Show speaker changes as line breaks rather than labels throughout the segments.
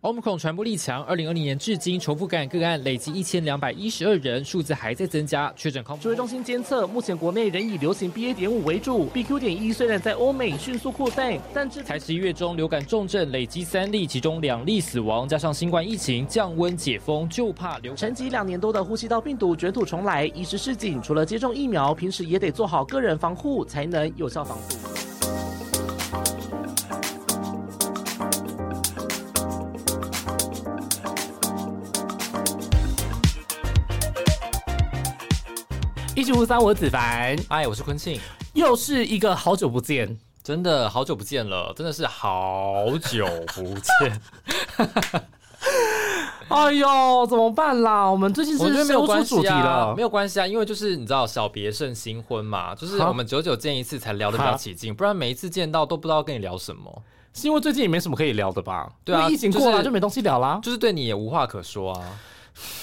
Omicron 传播力强，二零二零年至今重复感染个案累计一千两百一十二人，数字还在增加。确诊康
指挥中心监测，目前国内仍以流行 BA. 点五为主，BQ. 点一虽然在欧美迅速扩散，但至
才十一月中流感重症累积三例，其中两例死亡，加上新冠疫情降温解封，就怕流
沉寂两年多的呼吸道病毒卷土重来，医师示警，除了接种疫苗，平时也得做好个人防护，才能有效防堵。一九五三，我是子凡，
哎，我是坤庆，
又是一个好久不见。
真的好久不见了，真的是好久不 见。
哎呦，怎么办啦？我们最近
我觉
是
得没有
收出
关
主
系
题
啊
了，
没。有关系啊，因为就是你知道小别胜新婚嘛，就是
哈
我们久久见一次才聊得比较起劲，不然每一次见到都不知道跟你聊什么，
是因为最近也没什么可以聊的吧？
对啊
因为疫情过
就
了
是
就没东西聊啦。
就是对你也无话可说啊。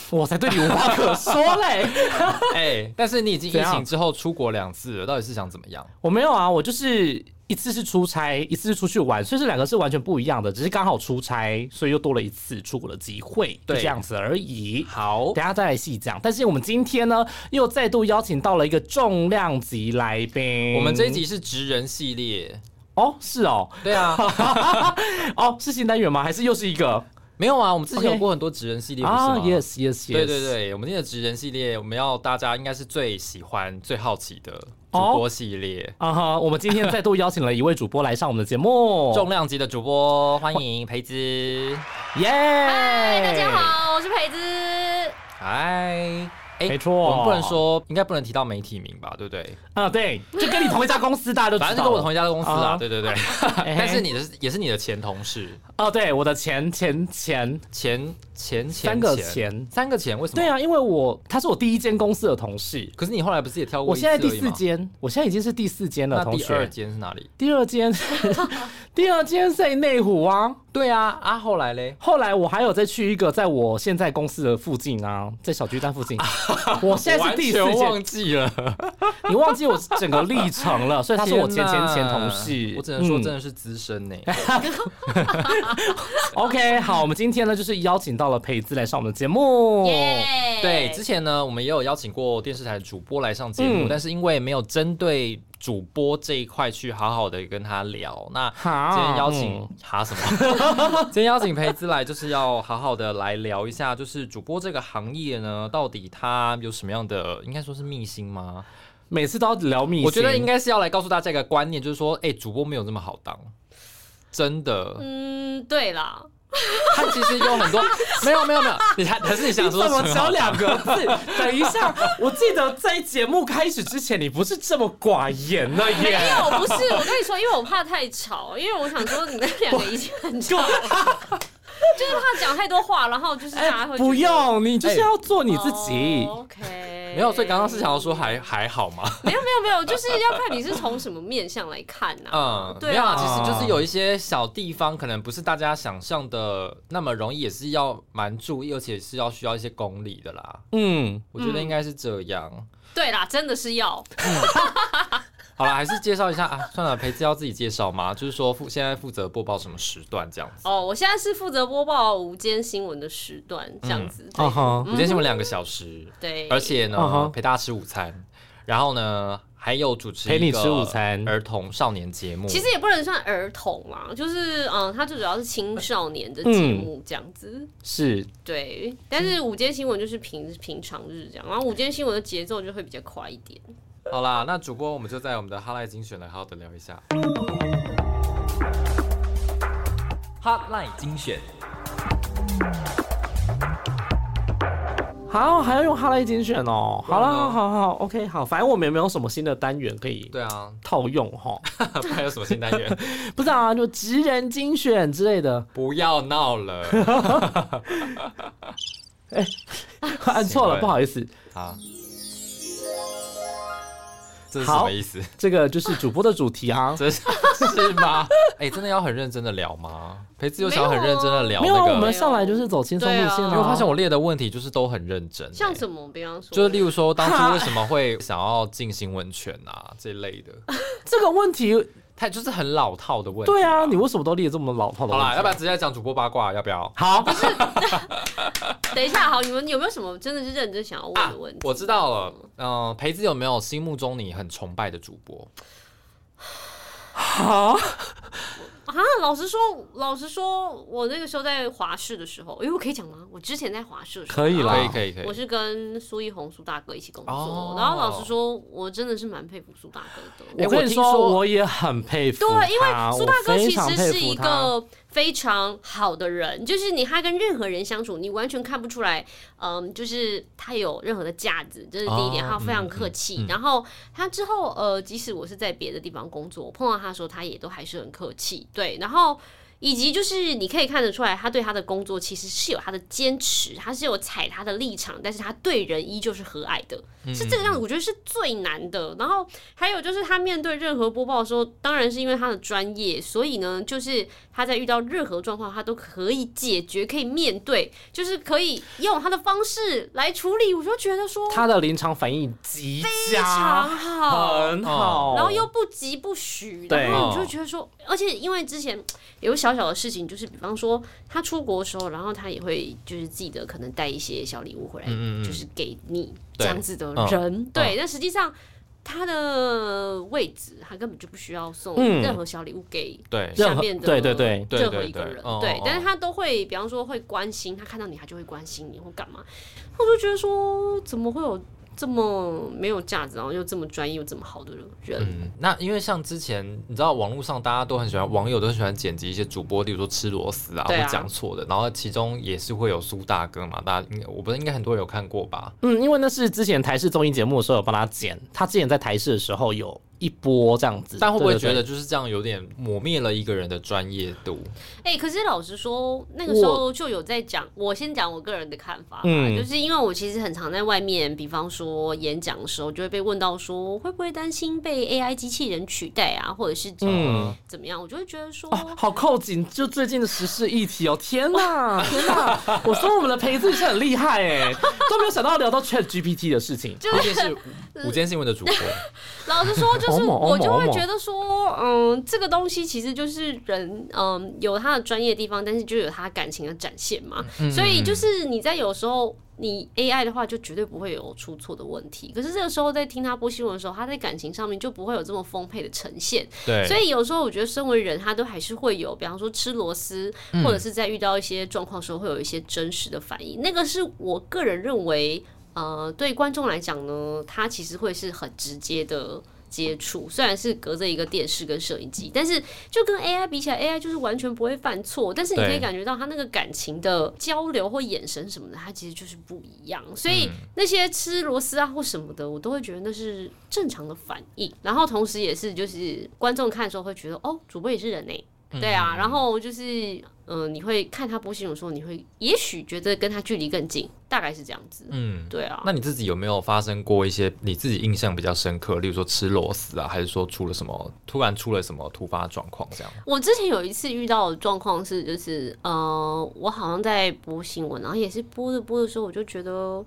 我才对你无话可说嘞。
哎、但是你已经
怎
疫
样
情之后出国两次了，到底是想怎么样？
我没有啊，我就是一次是出差，一次是出去玩，所以这两个是完全不一样的，只是刚好出差，所以又多了一次出国的机会，就
对
这样子而已。
好，
等一下再来细讲，但是我们今天呢，又再度邀请到了一个重量级来宾。
我们这一集是职人系 列，
哦，是哦，
对啊，
哦，是新单元吗？还是又是一个
没有啊，我们之前
OK
有过很多职人系列，不是
啊
吗
？Yes Yes Yes，
对对对，我们今天的职人系列，我们要大家应该是最喜欢、最好奇的主
哦
播系列，
啊哈我们今天再度邀请了一位主播来上我们的节目，
重量级的主播，哦欢迎培姿。
耶！嗨
嗨，大家。好，我是培姿。
嗨，哎
没错
我们不能说，应该不能提到媒体名吧，对不对？
啊，对，就跟你同一家公司，大家都知道
反
了。
正就跟我同一家公司啦，
啊
对对 对。
嘿
但是你的也是你的前同事，
哦，对，我的前前前，
前前前
三个
前
前
三个前，为什么？
对，啊，因为我他是我第一间公司的同事，
可是你后来不是也跳过
我
一
现在
次
第
而已吗
四，间，我现在已经是第四间了，
那
同
第二
学。
间是哪里？
第二 间，第二间在内湖啊。
对啊，啊，后来嘞？
后来我还有再去一个，在我现在公司的附近啊，在小巨蛋 附近。我现在是第四
我完全
间，
忘记了，
你忘记我整个历程了，所以他是我前前前同
天
事
哪。我只能说
嗯
真的是资深呢。
OK，好，我们今天呢就是邀请到了培姿来上我们的节目。
耶！
哦对，之前呢，我们也有邀请过电视台的主播来上节目，
嗯
但是因为没有针对主播这一块去好好的跟他聊，那
哈
今天邀
嗯
请哈什么？ 今天邀请培姿来，就是要好好的来聊一下，就是主播这个行业呢，到底它有什么样的，应该说是秘辛吗？
每次都要聊秘辛，
我觉得应该是要来告诉大家一个观念，就是说，哎、主播没有这么好当，真的。
嗯，对啦，
他其实有 很多，没有没有没有，你还可是你想
你
说
怎么
什
只有两个字？ 等一下，我记得在节目开始之前，你不是这么寡言的
没
耶。
有，哎不是，我跟你说，因为我怕太吵，因为我想说你们两个已经很 吵，
哎
就是怕讲太多话，然后就是大家会觉得
哎不用，你就是要做你自己。
哎
哦 OK，
没有，所以刚刚是想要说还还好吗？
没有没有没有，就是要看你是从什么面向来看呐。
嗯，
对啊
没有啊，其实就是有一些小地方，可能不是大家想象的那么容易，也是要蛮注意，而且是要需要一些功力的啦。
嗯，
我觉得应该是这样。
对啦，真的是要
好了，还是介绍一下啊，算了，培姿要自己介绍嘛，就是说负现在负责播报什么时段这样子。
哦。我现在是负责播报午间新闻的时段，这样子。
哎
啊哈
午间新闻两个小时，嗯
对，
而且呢、
嗯哼
陪大家吃午餐，然后呢还有主持
陪你
一个
吃午餐
儿童少年节目。
其实也不能算儿童啦，就是嗯，它最主要是青少年的节目这样子。
是
对，但是午间新闻就是平平常日这样，然后午间新闻的节奏就会比较快一点。
好啦，那主播我们就在我们的哈赖精选来好好的聊一下。哈赖精选，
好，还要用哈来精选哦。好了，
啊
好好好，OK，好，反正我们也没有什么新的单元可以
对啊，
套用哈。
不然有什么新单元？
不是啊，就职人精选之类的。
不要闹了
按错
行
了，
为
不好意思，
啊！这是什
好
么意思？
这个就是主播的主题啊。
这是是吗？哎、真的要很认真的聊吗？培子有想要很认真的聊
没
那
有啊，
个？
我们上来就是走轻松路线
对啊
啊。
因为我发现我列的问题就是都很认真、
像
么？
什么，比方说，
就是例如说，当初为什么会想要进新温泉啊这类的？
这个问题
太就是很老套的问题。
对啊，你为什么都列这么老套的
好
问
啦，
题
要不要直接讲主播八卦？要不要？
好，
等一下，好，你们有没有什么真的是认真想要问
啊
的问题？
我知道了，嗯、培子有没有心目中你很崇拜的主播？
好，
啊，老实说，老实说，我那个时候在华视的时候，因为我可以讲吗？我之前在华视的时候
可以啦
可以，可以，可
我
以。
是跟苏一红、苏大哥一起工作，
哦
然后老实说，我真的是蛮佩服苏大哥的。
哎
我 跟
我
你
听
说，
说
我也很佩服
对，啊
他。
因为苏大哥
我
其
非常
实
佩
是
服
一
他
个非常好的人，就是你他跟任何人相处，你完全看不出来，嗯，就是他有任何的架子，这是第一点，
哦
他非常
嗯
客
嗯
气。
嗯
然后他之后，呃，即使我是在别的地方工作，我碰到他的时候，他也都还是很客气。对，然后。以及就是你可以看得出来，他对他的工作其实是有他的坚持，他是有踩他的立场，但是他对人依旧是和蔼的。是这个样子，我觉得是最难的。然后还有就是他面对任何播报的时候，当然是因为他的专业，所以呢，就是他在遇到任何状况，他都可以解决，可以面对，就是可以用他的方式来处理。我就觉得说
他的临场反应极
常
佳，
好。
很
哦
好，
然后又不急不徐，
对
然后你就会觉得说，而且因为之前有小小的事情，就是比方说他出国的时候，然后他也会就是记得可能带一些小礼物回来，
嗯嗯嗯
就是给你这
对
样子的
嗯
人，对，但实际上。他的位置，他根本就不需要送
嗯
任何小礼物给
对，
任
下
何
面的
对对对
对
任何
对
一个
对
人
哦，
对
哦，
但是他都会，比方说会关心，他看到你，他就会关心你或干嘛，我就觉得说，怎么会有这么没有价值，然后又这么专业又这么好的人？
嗯，那因为像之前，你知道网络上大家都很喜欢，网友都很喜欢剪辑一些主播，例如说吃螺丝啊，
对啊
或讲错的，然后其中也是会有苏大哥嘛，大家应该我不是应该很多人有看过吧？
嗯，因为那是之前台视综艺节目的时候有帮他剪，他之前在台视的时候有一波这样子，
但会不会
对对
觉得
对
就是这样有点抹灭了一个人的专业度？
哎、可是老实说，那个时候就有在讲，我先讲我个人的看法吧，
嗯
就是因为我其实很常在外面，比方说演讲的时候，就会被问到说，会不会担心被 AI 机器人取代啊，或者是怎么
嗯
怎么样？我就会觉得说，
哦，好扣紧，就最近的时事议题哦，天 哪，天哪！我说我们的培子是很厉害哎，都没有想到聊到 Chat GPT 的事情，
而且是午间新闻的 主播，
老实说，就是
欧盟
我就
欧
会
盟
觉得说，嗯，这个东西其实就是人，嗯，有他的专业地方，但是就有他感情的展现嘛。所以就是你在有时候你 AI 的话，就绝对不会有出错的问题。可是这个时候在听他播新闻的时候，他在感情上面就不会有这么丰沛的呈现。
对，
所以有时候我觉得，身为人，他都还是会有，比方说吃螺丝，或者是在遇到一些状况的时候，会有一些真实的反应。那个是我个人认为，呃，对观众来讲呢，他其实会是很直接的。接触虽然是隔着一个电视跟摄影机，但是就跟 AI 比起来，AI 就是完全不会犯错，但是你可以
对
感觉到他那个感情的交流或眼神什么的，它其实就是不一样。所以那些吃螺丝啊或什么的，我都会觉得那是正常的反应。然后同时也是就是观众看的时候会觉得，哦，主播也是人呢、
嗯
对啊，然后就是，嗯、你会看他播新闻的时候，你会也许觉得跟他距离更近，大概是这样子。
嗯。
对啊，
那你自己有没有发生过一些你自己印象比较深刻，例如说吃螺丝啊，还是说出了什么突然出了什么突发状况这样？
我之前有一次遇到的状况是，就是，呃，我好像在播新闻，然后也是播着播着的时候，我就觉得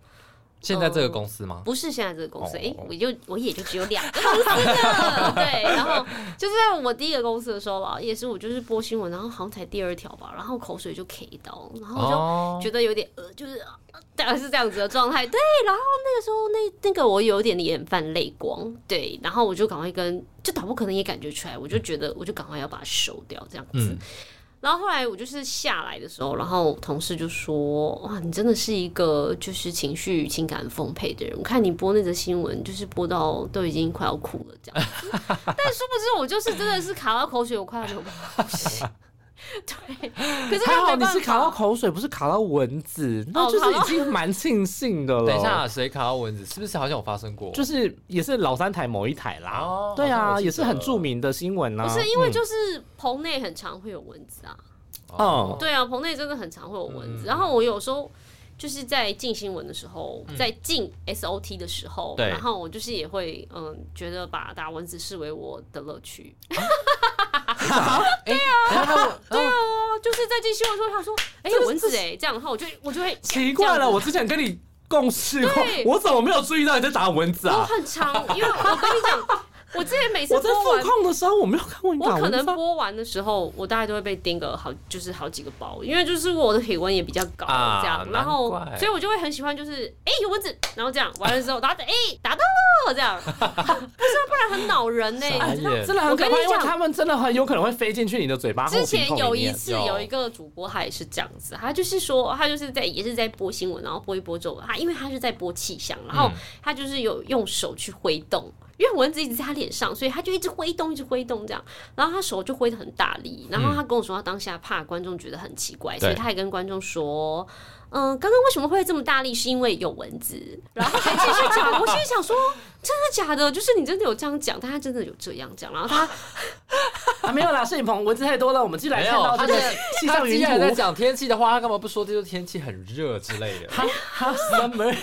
现在这个公司吗？
不是现在这个公司，
哦
诶，我就我也就只有两个公司 了，对。然后就是在我第一个公司的时候吧，也是我就是播新闻，然后好像才第二条吧，然后口水就 K 到，然
呃
后我就
哦，
觉得有点呃，就是呃大概是这样子的状态。对，然后那个时候那那个我有点眼泛泪光，对，然后我就赶快跟，就导播可能也感觉出来，我就觉得我就赶快要把它收掉这样子。
嗯
然后后来我就是下来的时候，然后同事就说：“哇，你真的是一个就是情绪情感丰沛的人。我看你播那则新闻，就是播到都已经快要哭了这样 子。但殊不知我就是真的是卡到口水，我快要流不 下去 对，可是
还
他
好
没
你
办
是卡
法
到口水，不是卡到蚊子，那
哦
就
卡
是已
到
经蛮庆幸的了。
等一下，谁卡到蚊子？是不是好像有发生过？
就是也是老三台某一台啦，
哦
对
好像我
啊，
记得
也是很著名的新闻啊。
不是因为
嗯
就是棚内很常会有蚊子啊，
哦
对啊，棚内真的很常会有蚊
嗯
子。然后我有时候就是在进新闻的时候，
嗯
在进 SOT 的时候，
对
然后我就是也会嗯，觉得把打蚊子视为我的乐趣。
啊
啊
哎
对啊，就是在进新闻的时候，他说哎有蚊子哎，这样的话我就我就会
奇怪
这样
了，
子
我啊之前跟你共事过
对，
我怎么没有注意到你在打蚊子
我
啊？
很常，因为我跟你讲。我之前每次
我在
播
复
完，
控的时候我没有看过你打
我可
文啊
能
章，
播完的时候，我大概都会被叮个好，就是好几个包，因为就是我的体温也比较高，
啊
这样，然后
难怪
所以我就会很喜欢，就是哎、有蚊子，然后这样完了之后，打的哎、打到了这样， 不是啊，不然很恼人呢、
傻
你知道
眼
真的很可怕，
我跟你
因
讲
为他们真的很有可能会飞进去你的嘴巴后
之
鼻
前
孔里
有一
面
次
有
有一个主播，他也是这样子，他就是说，他就是在也是在播新闻，然后播一播之后，他因为他是在播气象，然
嗯
后他就是有用手去挥动，因为蚊子一直在他脸上，所以他就一直挥动，一直挥动这样，然后他手就挥得很大力，
嗯
然后他跟我说，他当下怕观众觉得很奇怪，所以
对
他也跟观众说。嗯，刚刚为什么会这么大力？是因为有蚊子，然后还继续讲。我心里想说，真的假的？就是你真的有这样讲，但他真的有这样讲。然后他
啊，没有啦，摄影棚蚊子太多了，我们既然看到这个 气
他
象
既
云
然在
图，
讲天气的话，他干嘛不说这就是天气很热之类的？
哈哈 summer，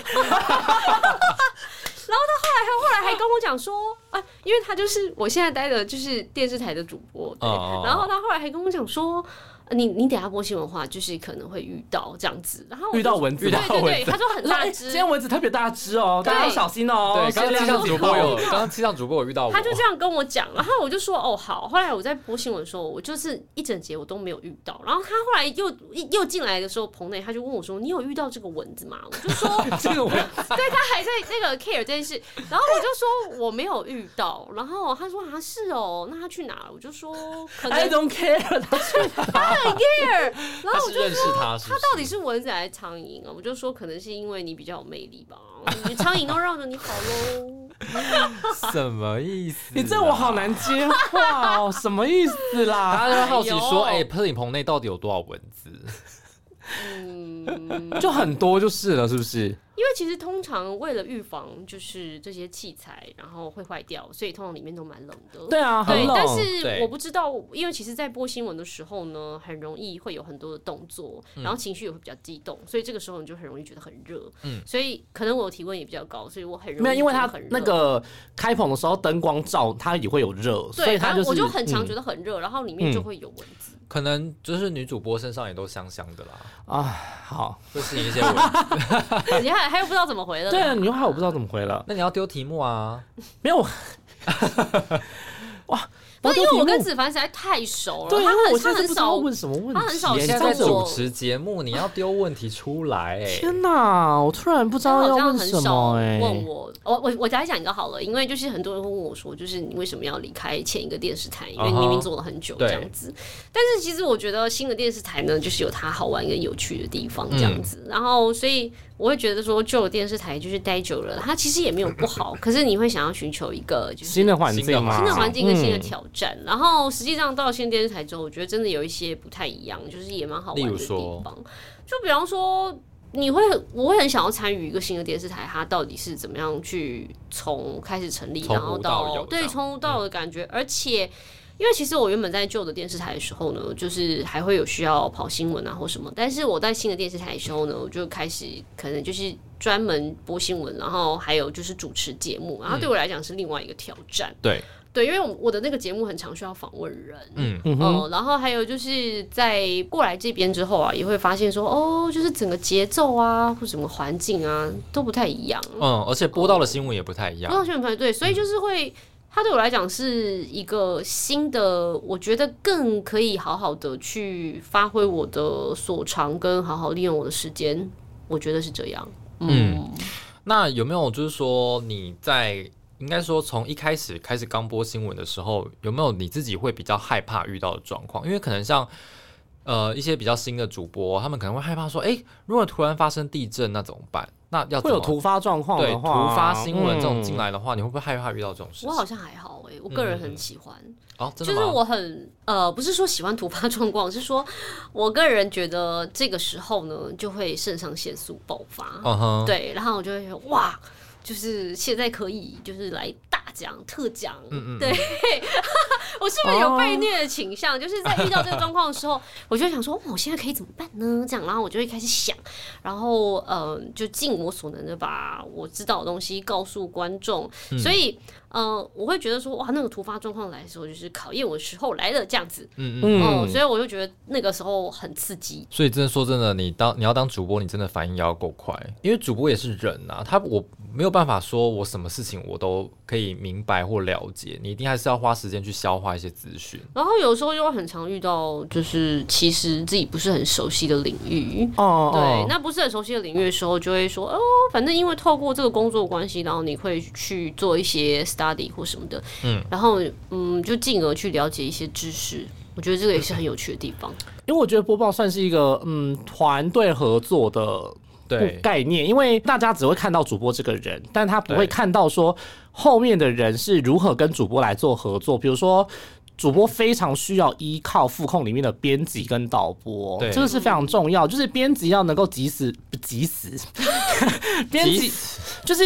后来还跟我讲说，啊，因为他就是我现在待的就是电视台的主播，对。
哦
然后他后来还跟我讲说，呃你你等下播新闻的话，就是可能会遇到这样子。然后我
遇到
就
蚊子，
对对对，他说很大
哎
只
今，天蚊子特别大只哦，大家要
对
小心哦。
对，刚刚
限
气
量
象主播 有，
一口
刚刚气象主播有遇到我，
他就这样跟我讲。然后我就说哦好。后来我在播新闻的时候，我就是一整节我都没有遇到。然后他后来又又进来的时候，棚内他就问我说，你有遇到这个蚊子吗？我就 说
这个蚊子
对他还在那个 care 这件事，然后我就说我没有遇到，然后他说啊是哦，那他去哪了？我就说可能
，I don't care，它
很 care，
哎
然
哦
他
后我
是
就
认识他是不
他
是？
到底是蚊子还是苍蝇啊？我就说可能是因为你比较有魅力吧，你苍蝇都绕着你跑喽。
什么意思啊？
你这我好难接话哦，什么意思啦？
大 家啊就好奇说，
哎呦
哎，喷影棚内到底有多少蚊子？
嗯，
就很多就是了，是不是？
因为其实通常为了预防就是这些器材然后会坏掉，所以通常里面都蛮冷的。
对啊，
对
很，
但
冷。
是
对
我不知道，因为其实，在播新闻的时候呢，很容易会有很多的动作，
嗯
然后情绪也会比较激动，所以这个时候你就很容易觉得很热。嗯，所以可能我体温也比较高，所以我很容易
没有，因为
觉得
它
很热
那个开棚的时候灯光照，它也会有热，所
对，
以它
然
就
后
是
我就很常
嗯
觉得很热，然后里面就会有蚊子。
可能就是女主播身上也都香香的啦，
啊，好，
就是一些蚊子。
你还还有不知道怎么回的，
对啊，你又害我不知道怎么回了，
那你要丢题目啊，
没有， 哇，
不
我
是
丢
因为我
题目
跟子凡实在太熟了，
对，因为
他
我
很
现
他
在是
很
不知道
少
问什么问题耶，
他很少
你
哎
现在
这
在
个我
主持节目，你要丢问题出来。哎
天哪！我突然不知道
好
要
像
问
很
什
少
么哎、
问我，我我我来讲一个好了，因为就是很多人会问我说，就是你为什么要离开前一个电视台？因为你明明做了很久
对
这样子。但是其实我觉得新的电视台呢，就是有它好玩跟有趣的地方这样子。然后所以我会觉得说，旧的电视台就是待久了，它其实也没有不好，可是你会想要寻求一个就是
新的环境吗？
新
新的环境跟新的
嗯
挑战。然后实际上到新电视台之后，我觉得真的有一些不太一样，就是也蛮好玩
例
的
如
地
说
方。就比方说，你会很我会很想要参与一个新的电视台，它到底是怎么样去从开始成立，
从
然后
无到有这
对
样
从无到有的嗯感觉，而且。因为其实我原本在旧的电视台的时候呢，就是还会有需要跑新闻啊或什么，但是我在新的电视台的时候呢，我就开始可能就是专门播新闻，然后还有就是主持节目，然后对我来讲是另外一个挑战。
对，
对，因为我我的那个节目很常需要访问人，
嗯
嗯、然后还有就是在过来这边之后啊，也会发现说，哦，就是整个节奏啊，或整个环境啊都不太一样。
嗯，而且播到的新闻也不太一
不
样
知。道选朋友对，所以就是会，它对我来讲是一个新的，我觉得更可以好好的去发挥我的所长，跟好好利用我的时间，我觉得是这样。嗯
那有没有就是说你在应该说从一开始开始刚播新闻的时候，有没有你自己会比较害怕遇到的状况？因为可能像呃一些比较新的主播，他们可能会害怕说，诶，如果突然发生地震，那怎么办？那要怎
会有
么
突发状况
对
的
突
话，嗯
发新闻这种进
来，
来的话，你会不会害怕遇到这种事
我
情？
好像还好欸诶、我个人很喜欢。
哦，真
就
的
是
吗？
我很呃，不是说喜欢突发 状况，是说我个人觉得这个时候呢，就会肾上腺素爆发，
嗯哼，
对，然后我就会觉得哇，就是现在可以就是来大奖特奖，
嗯嗯
对，我是不是有被虐的倾向？就是在遇到这个状况的时候，我就会想说，哇，我现在可以怎么办呢？这样，然后我就会开始想，然后呃，就尽我所能的把我知道的东西告诉观众，
嗯
所以呃，我会觉得说，哇，那个突发状况来的时候，就是考验我的时候来了，这样子，
嗯嗯。
嗯，
嗯，
所以我就觉得那个时候很刺激，
所以真的说真的，你当你要当主播，你真的反应也要够快，因为主播也是人啊。他我没有办法说我什么事情我都可以明白或了解，你一定还是要花时间去消化一些资讯。
然后有时候又很常遇到，就是其实自己不是很熟悉的领域。
哦
对，那不是很熟悉的领域的时候，就会说哦，反正因为透过这个工作关系，然后你会去做一些 study 或什么的，嗯，然后嗯，就进而去了解一些知识。我觉得这个也是很有趣的地方。
因为我觉得播报算是一个嗯团队合作的
对，
概念，因为大家只会看到主播这个人，但他不
对
会看到说后面的人是如何跟主播来做合作，比如说。主播非常需要依靠副控里面的编辑跟导播，
对
这个是非常重要。就是编辑要能够及时，不及时， 编
即
辑就是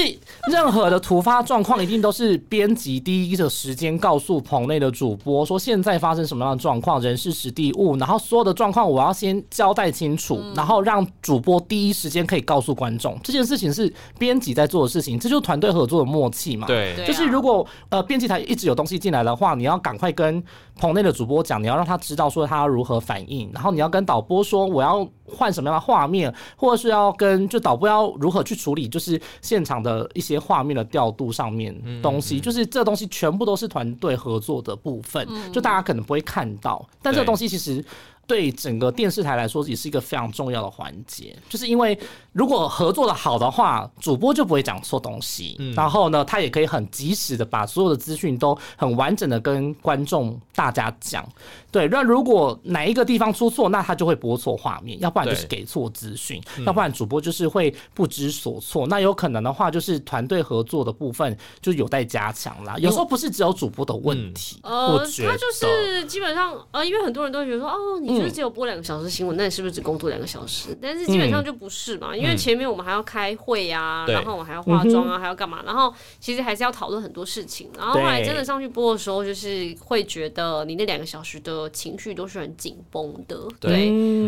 任何的突发状况，一定都是编辑第一的时间告诉棚内的主播说现在发生什么样的状况，人事实地物，然后所有的状况我要先交代清楚，然后让主播第一时间可以告诉观众。这件事情是编辑在做的事情，这就是团队合作的默契嘛。。
对
对
就是
啊
如果呃编辑台一直有东西进来的话，你要赶快跟棚内的主播讲，你要让他知道说他要如何反应，然后你要跟导播说我要换什么样的画面，或者是要跟就导播要如何去处理，就是现场的一些画面的调度上面东
嗯
西，就是这东西全部都是团队合作的部分，
嗯
就大家可能不会看到，但这个
对
东西其实。对整个电视台来说，也是一个非常重要的环节，就是因为如果合作的好的话，主播就不会讲错东西，然后呢，他也可以很及时的把所有的资讯都很完整的跟观众大家讲。对，那如果哪一个地方出错，那他就会播错画面，要不然就是
对
给错资讯，要不然主播就是会不知所措。那有可能的话，就是团队合作的部分就有待加强啦。有时候不是只有主播的问题，
呃
我，觉得
他就是基本上呃，因为很多人都会觉得说，哦，你就是只有播两个小时新闻，那你是不是只工作两个小时？但是基本
嗯
上就不是嘛，因为前面我们还要开会啊，
对
然后我们还要化妆
嗯
啊，还要干嘛，然后其实还是要讨论很多事情。然后后来
对
真的上去播的时候，就是会觉得你那两个小时的情绪都是很紧绷的，对。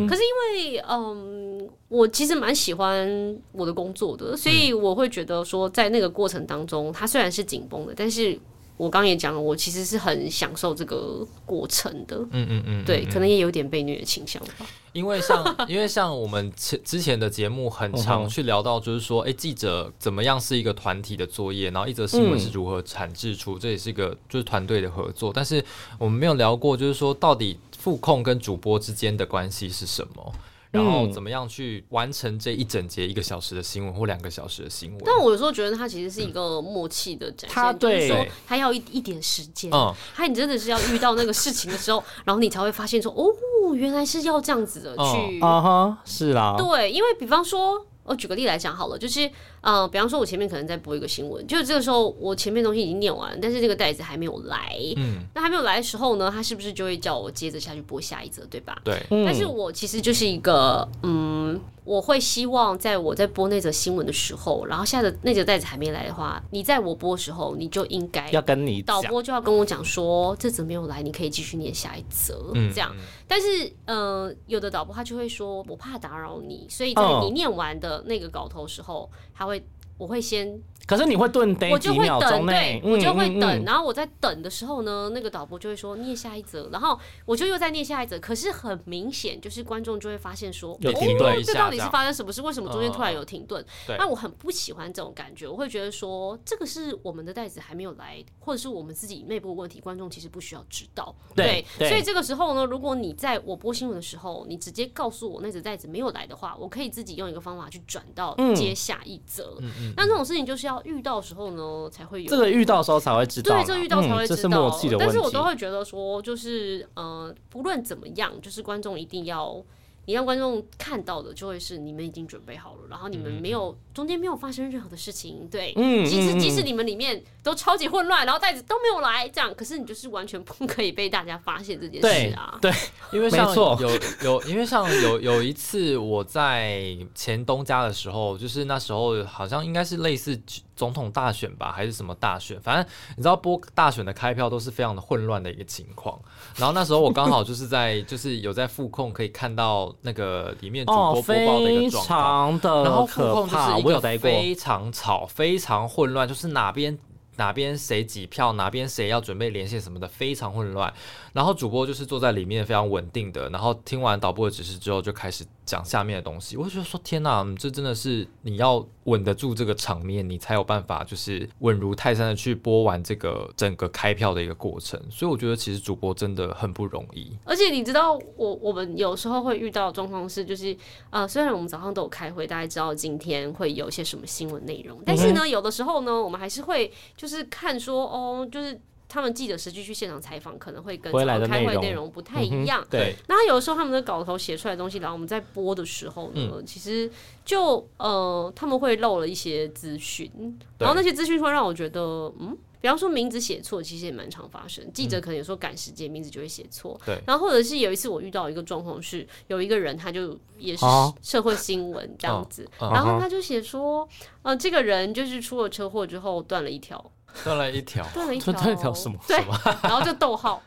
可是因为嗯，我其实蛮喜欢我的工作的，所以我会觉得说，在那个过程当中，它虽然是紧绷的，但是我刚刚也讲了，我其实是很享受这个过程的。
嗯嗯嗯，
对，可能也有点被虐倾向吧。
因为像 因为像我们前之前的节目很常去聊到，就是说，哎、记者怎么样是一个团体的作业，然后一则新闻是如何产制出，这也是一个就是团队的合作。但是我们没有聊过，就是说到底副控跟主播之间的关系是什么。然后怎么样去完成这一整节一个小时的新闻或两个小时的新闻？
但我有时候觉得它其实是一个默契的展现，
它
就是说
对
它要一一点时间，
嗯
还你真的是要遇到那个事情的时候，然后你才会发现说，哦，原来是要这样子的
嗯
去
啊哈，是啦，
对，因为比方说，我举个例来讲好了，就是呃，比方说我前面可能在播一个新闻，就是这个时候我前面东西已经念完，但是这个袋子还没有来。
嗯，
那还没有来的时候呢，他是不是就会叫我接着下去播下一则，对吧？
对，
嗯
但是我其实就是一个，嗯，我会希望在我在播那则新闻的时候，然后下的那则袋子还没来的话，你在我播的时候，你就应该
要跟你
导
讲。
播就要跟我讲说，这则没有来，你可以继续念下一则，
嗯
这样。但是，呃，有的导播他就会说，我怕打扰你，所以在
哦
你念完的那个稿头时候，他会，我会先，
可是你会顿呆
我就
几
会
秒
等，
钟
对
内，，
我就会
嗯嗯嗯
等。然后我在等的时候呢，那个导播就会说念下一则，然后我就又在念下一则。可是很明显，就是观众就会发现说，
有
哦
停顿
一
这
下
到
这
底是
样
发生什么事？为什么中间突然
嗯
哦
有停顿？
对
那我很不喜欢这种感觉，我会觉得说，这个是我们的袋子还没有来，或者是我们自己内部的问题，观众其实不需要知道。
对对
所以这个时候呢，如果你在我播新闻的时候，你直接告诉我那则袋子没有来的话，我可以自己用一个方法去转到
嗯
接下一则。那这种事情就是要遇到的时候呢，才会有
这个遇到的时候才会知道啦，
对，这遇到才会
嗯、
知
这
道。
是默契的问
但
题。
是我都会觉得说，就是呃，不论怎么样，就是观众一定要。你让观众看到的就会是你们已经准备好了，然后你们没有、中间没有发生任何的事情，对，
嗯
即使
嗯
即使你们里面都超级混乱，然后袋子都没有来，这样，可是你就是完全不可以被大家发现这件
对
事啊，
对，
因为
没
像
错
有有，因为像有有一次我在前东家的时候，就是那时候好像应该是类似总统大选吧，还是什么大选，反正你知道播大选的开票都是非常的混乱的一个情况。然后那时候我刚好就是在就是有在复控可以看到那个里 面主
哦，
播播报的一
非
个状况，
常
然后
哦的
副控
呃可
就
怕，
是一
我有
个
待过。
非常吵、非常混乱，就是哪边哪边谁几票，哪边谁要准备连线什么的，非常混乱。然后主播就是坐在里面非常稳定的，然后听完导播的指示之后就开始讲下面的东西，我就觉得说天哪，嗯这真的是你要稳得住这个场面，你才有办法就是稳如泰山的去播完这个整个开票的一个过程。所以我觉得其实主播真的很不容易。
而且你知道，我我们有时候会遇到的状况是，就是呃，虽然我们早上都有开会，大家知道今天会有一些什么新闻内容，
嗯
但是呢，有的时候呢，我们还是会就是看说哦，就是他们记者实际去现场采访，可能会跟早
回来
上
的
开
内
会
容嗯
内容不太一样。
对，
那有的时候他们的稿头写出来的东西，然后我们在播的时候呢，
嗯
其实就呃他们会漏了一些资讯，然后那些资讯会让我觉得，嗯，比方说名字写错，其实也蛮常发生。记
嗯
者可能有时候赶时间，名字就会写错。
对
然后或者是有一次我遇到一个状况是，有一个人他就也是
哦
社会新闻这样子，
啊
哦
然后他就写说，呃，这个人就是出了车祸之后断了一条，
断了一条，
断了一条，
断断了一条什么
对，然后就 逗号，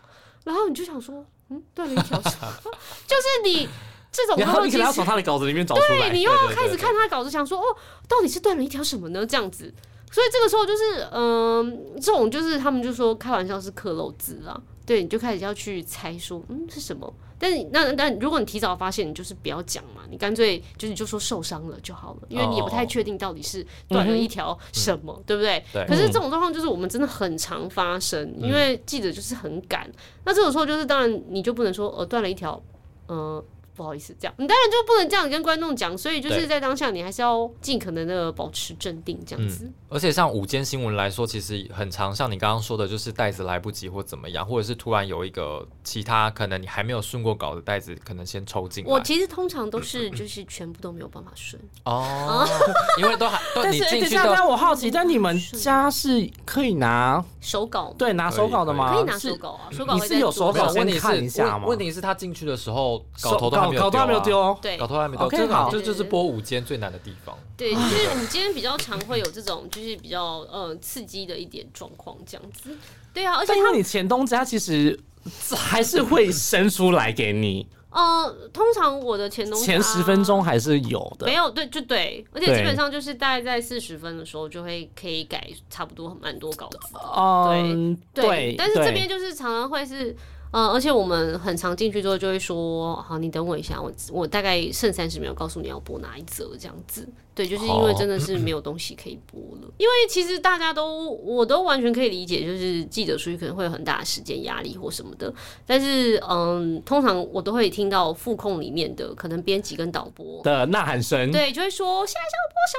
然后你就想说，嗯，断了一条什么？就是你这种
然
东
后
西，
你可
其实
能要从他的稿子里面找出来
对你。又要
对对
开始看他稿子，想说哦，到底是断了一条什么呢？这样子。所以这个时候就是，嗯、这种就是他们就说开玩笑是克漏字啊，对，你就开始要去猜说，嗯，是什么？但是那那如果你提早发现，你就是不要讲嘛，你干脆就是你就说受伤了就好了，因为你也不
哦
太确定到底
嗯
是断了一条什么，对不对？
对
可是这种状况就是我们真的很常发生，
嗯
因为记者就是很赶。那这种时候就是，当然你就不能说呃断了一条，呃不好意思这样，你当然就不能这样跟观众讲，所以就是
对
在当下你还是要尽可能的保持镇定这样子。
嗯
而且像午间新闻来说，其实很常像你刚刚说的，就是袋子来不及或怎么样，或者是突然有一个其他可能你还没有顺过稿的袋子，可能先抽进来。
我其实通常都是就是全部都没有办法顺，
哦，因为都还都
但
你
是
进
等一
去
下，
都
但我好奇，但你们家是可以拿
手稿
对拿手稿的吗？
可以拿手
是
稿啊，手稿
你嗯
会
是
在
有
桌
手
没
上
有
稿
问题
先看一
是
下嘛
问问题是他进去的时候
手
稿头都还没有
稿头还没有
啊
丢哦。
对
搞头还没到，
OK，
这
好
这就是播午间最难的地方。
对，就是午间比较常会有这种就是比较呃刺激的一点状况这样子。对啊，而且
但因
他
为你前东家其实还是会生出来给你，
呃，通常我的前东家
前十分钟还是有的
没。有，对，就对，而且
对
基本上就是大概在四十分的时候就会可以改差不多蛮多稿子。
嗯，对，
但是这
对
边就是常常会是，嗯、而且我们很常进去之后就会说，好，你等我一下，我我大概剩三十秒，告诉你要播哪一则这样子。对，就是因为
哦
真的是没有东西可以播了，因为其实大家都我都完全可以理解，就是记者出去可能会有很大的时间压力或什么的，但是嗯，通常我都会听到副控里面的可能编辑跟导播
的呐喊声，
对，就会说现在是要播什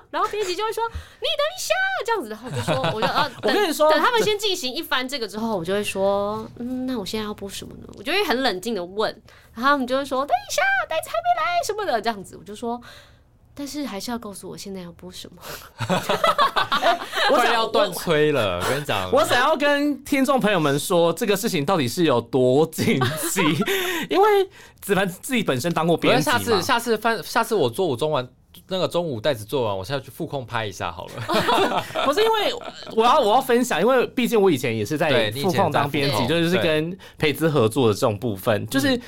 么，然后编辑就会说你等一下这样子，然后我就 说，我就呃，
我
等
跟你说
等他们先进行一番这个之后，我就会说，嗯，那我现在要播什么呢？我就会很冷静的问，然后他们就会说等一下，袋子还没来什么的这样子，我就说。但是还是要告诉我现在要播什么。
我
快
想
要断吹了，我跟你讲，
我想要跟听众朋友们说，这个事情到底是有多紧 急，因为子凡自己本身当过
不然
编辑
下
嘛，
次下次翻下次我做午中完那个中午袋子做完，我现在去复控拍一下 好了。
不是因为我要我要分享，因为毕竟我以前也是在
对你以前
副控当编
在
辑，
副
就
控
是跟培资合作的这种部分，就是。
嗯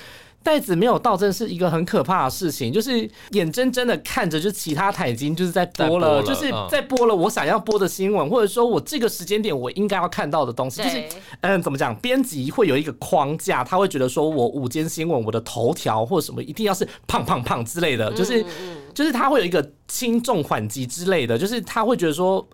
袋子没有到，真的是一个很可怕的事情，就是眼睁睁的看着，就是其他台已经就是在播
在播
了，
了
就是
嗯
在播了我想要播的新闻，或者说我这个时间点我应该要看到的东西，就是
对
嗯，怎么讲？编辑会有一个框架，他会觉得说我午间新闻我的头条或者什么一定要是胖胖胖之类的，就是就是他会有一个轻重缓急之类的，就是他会觉得说。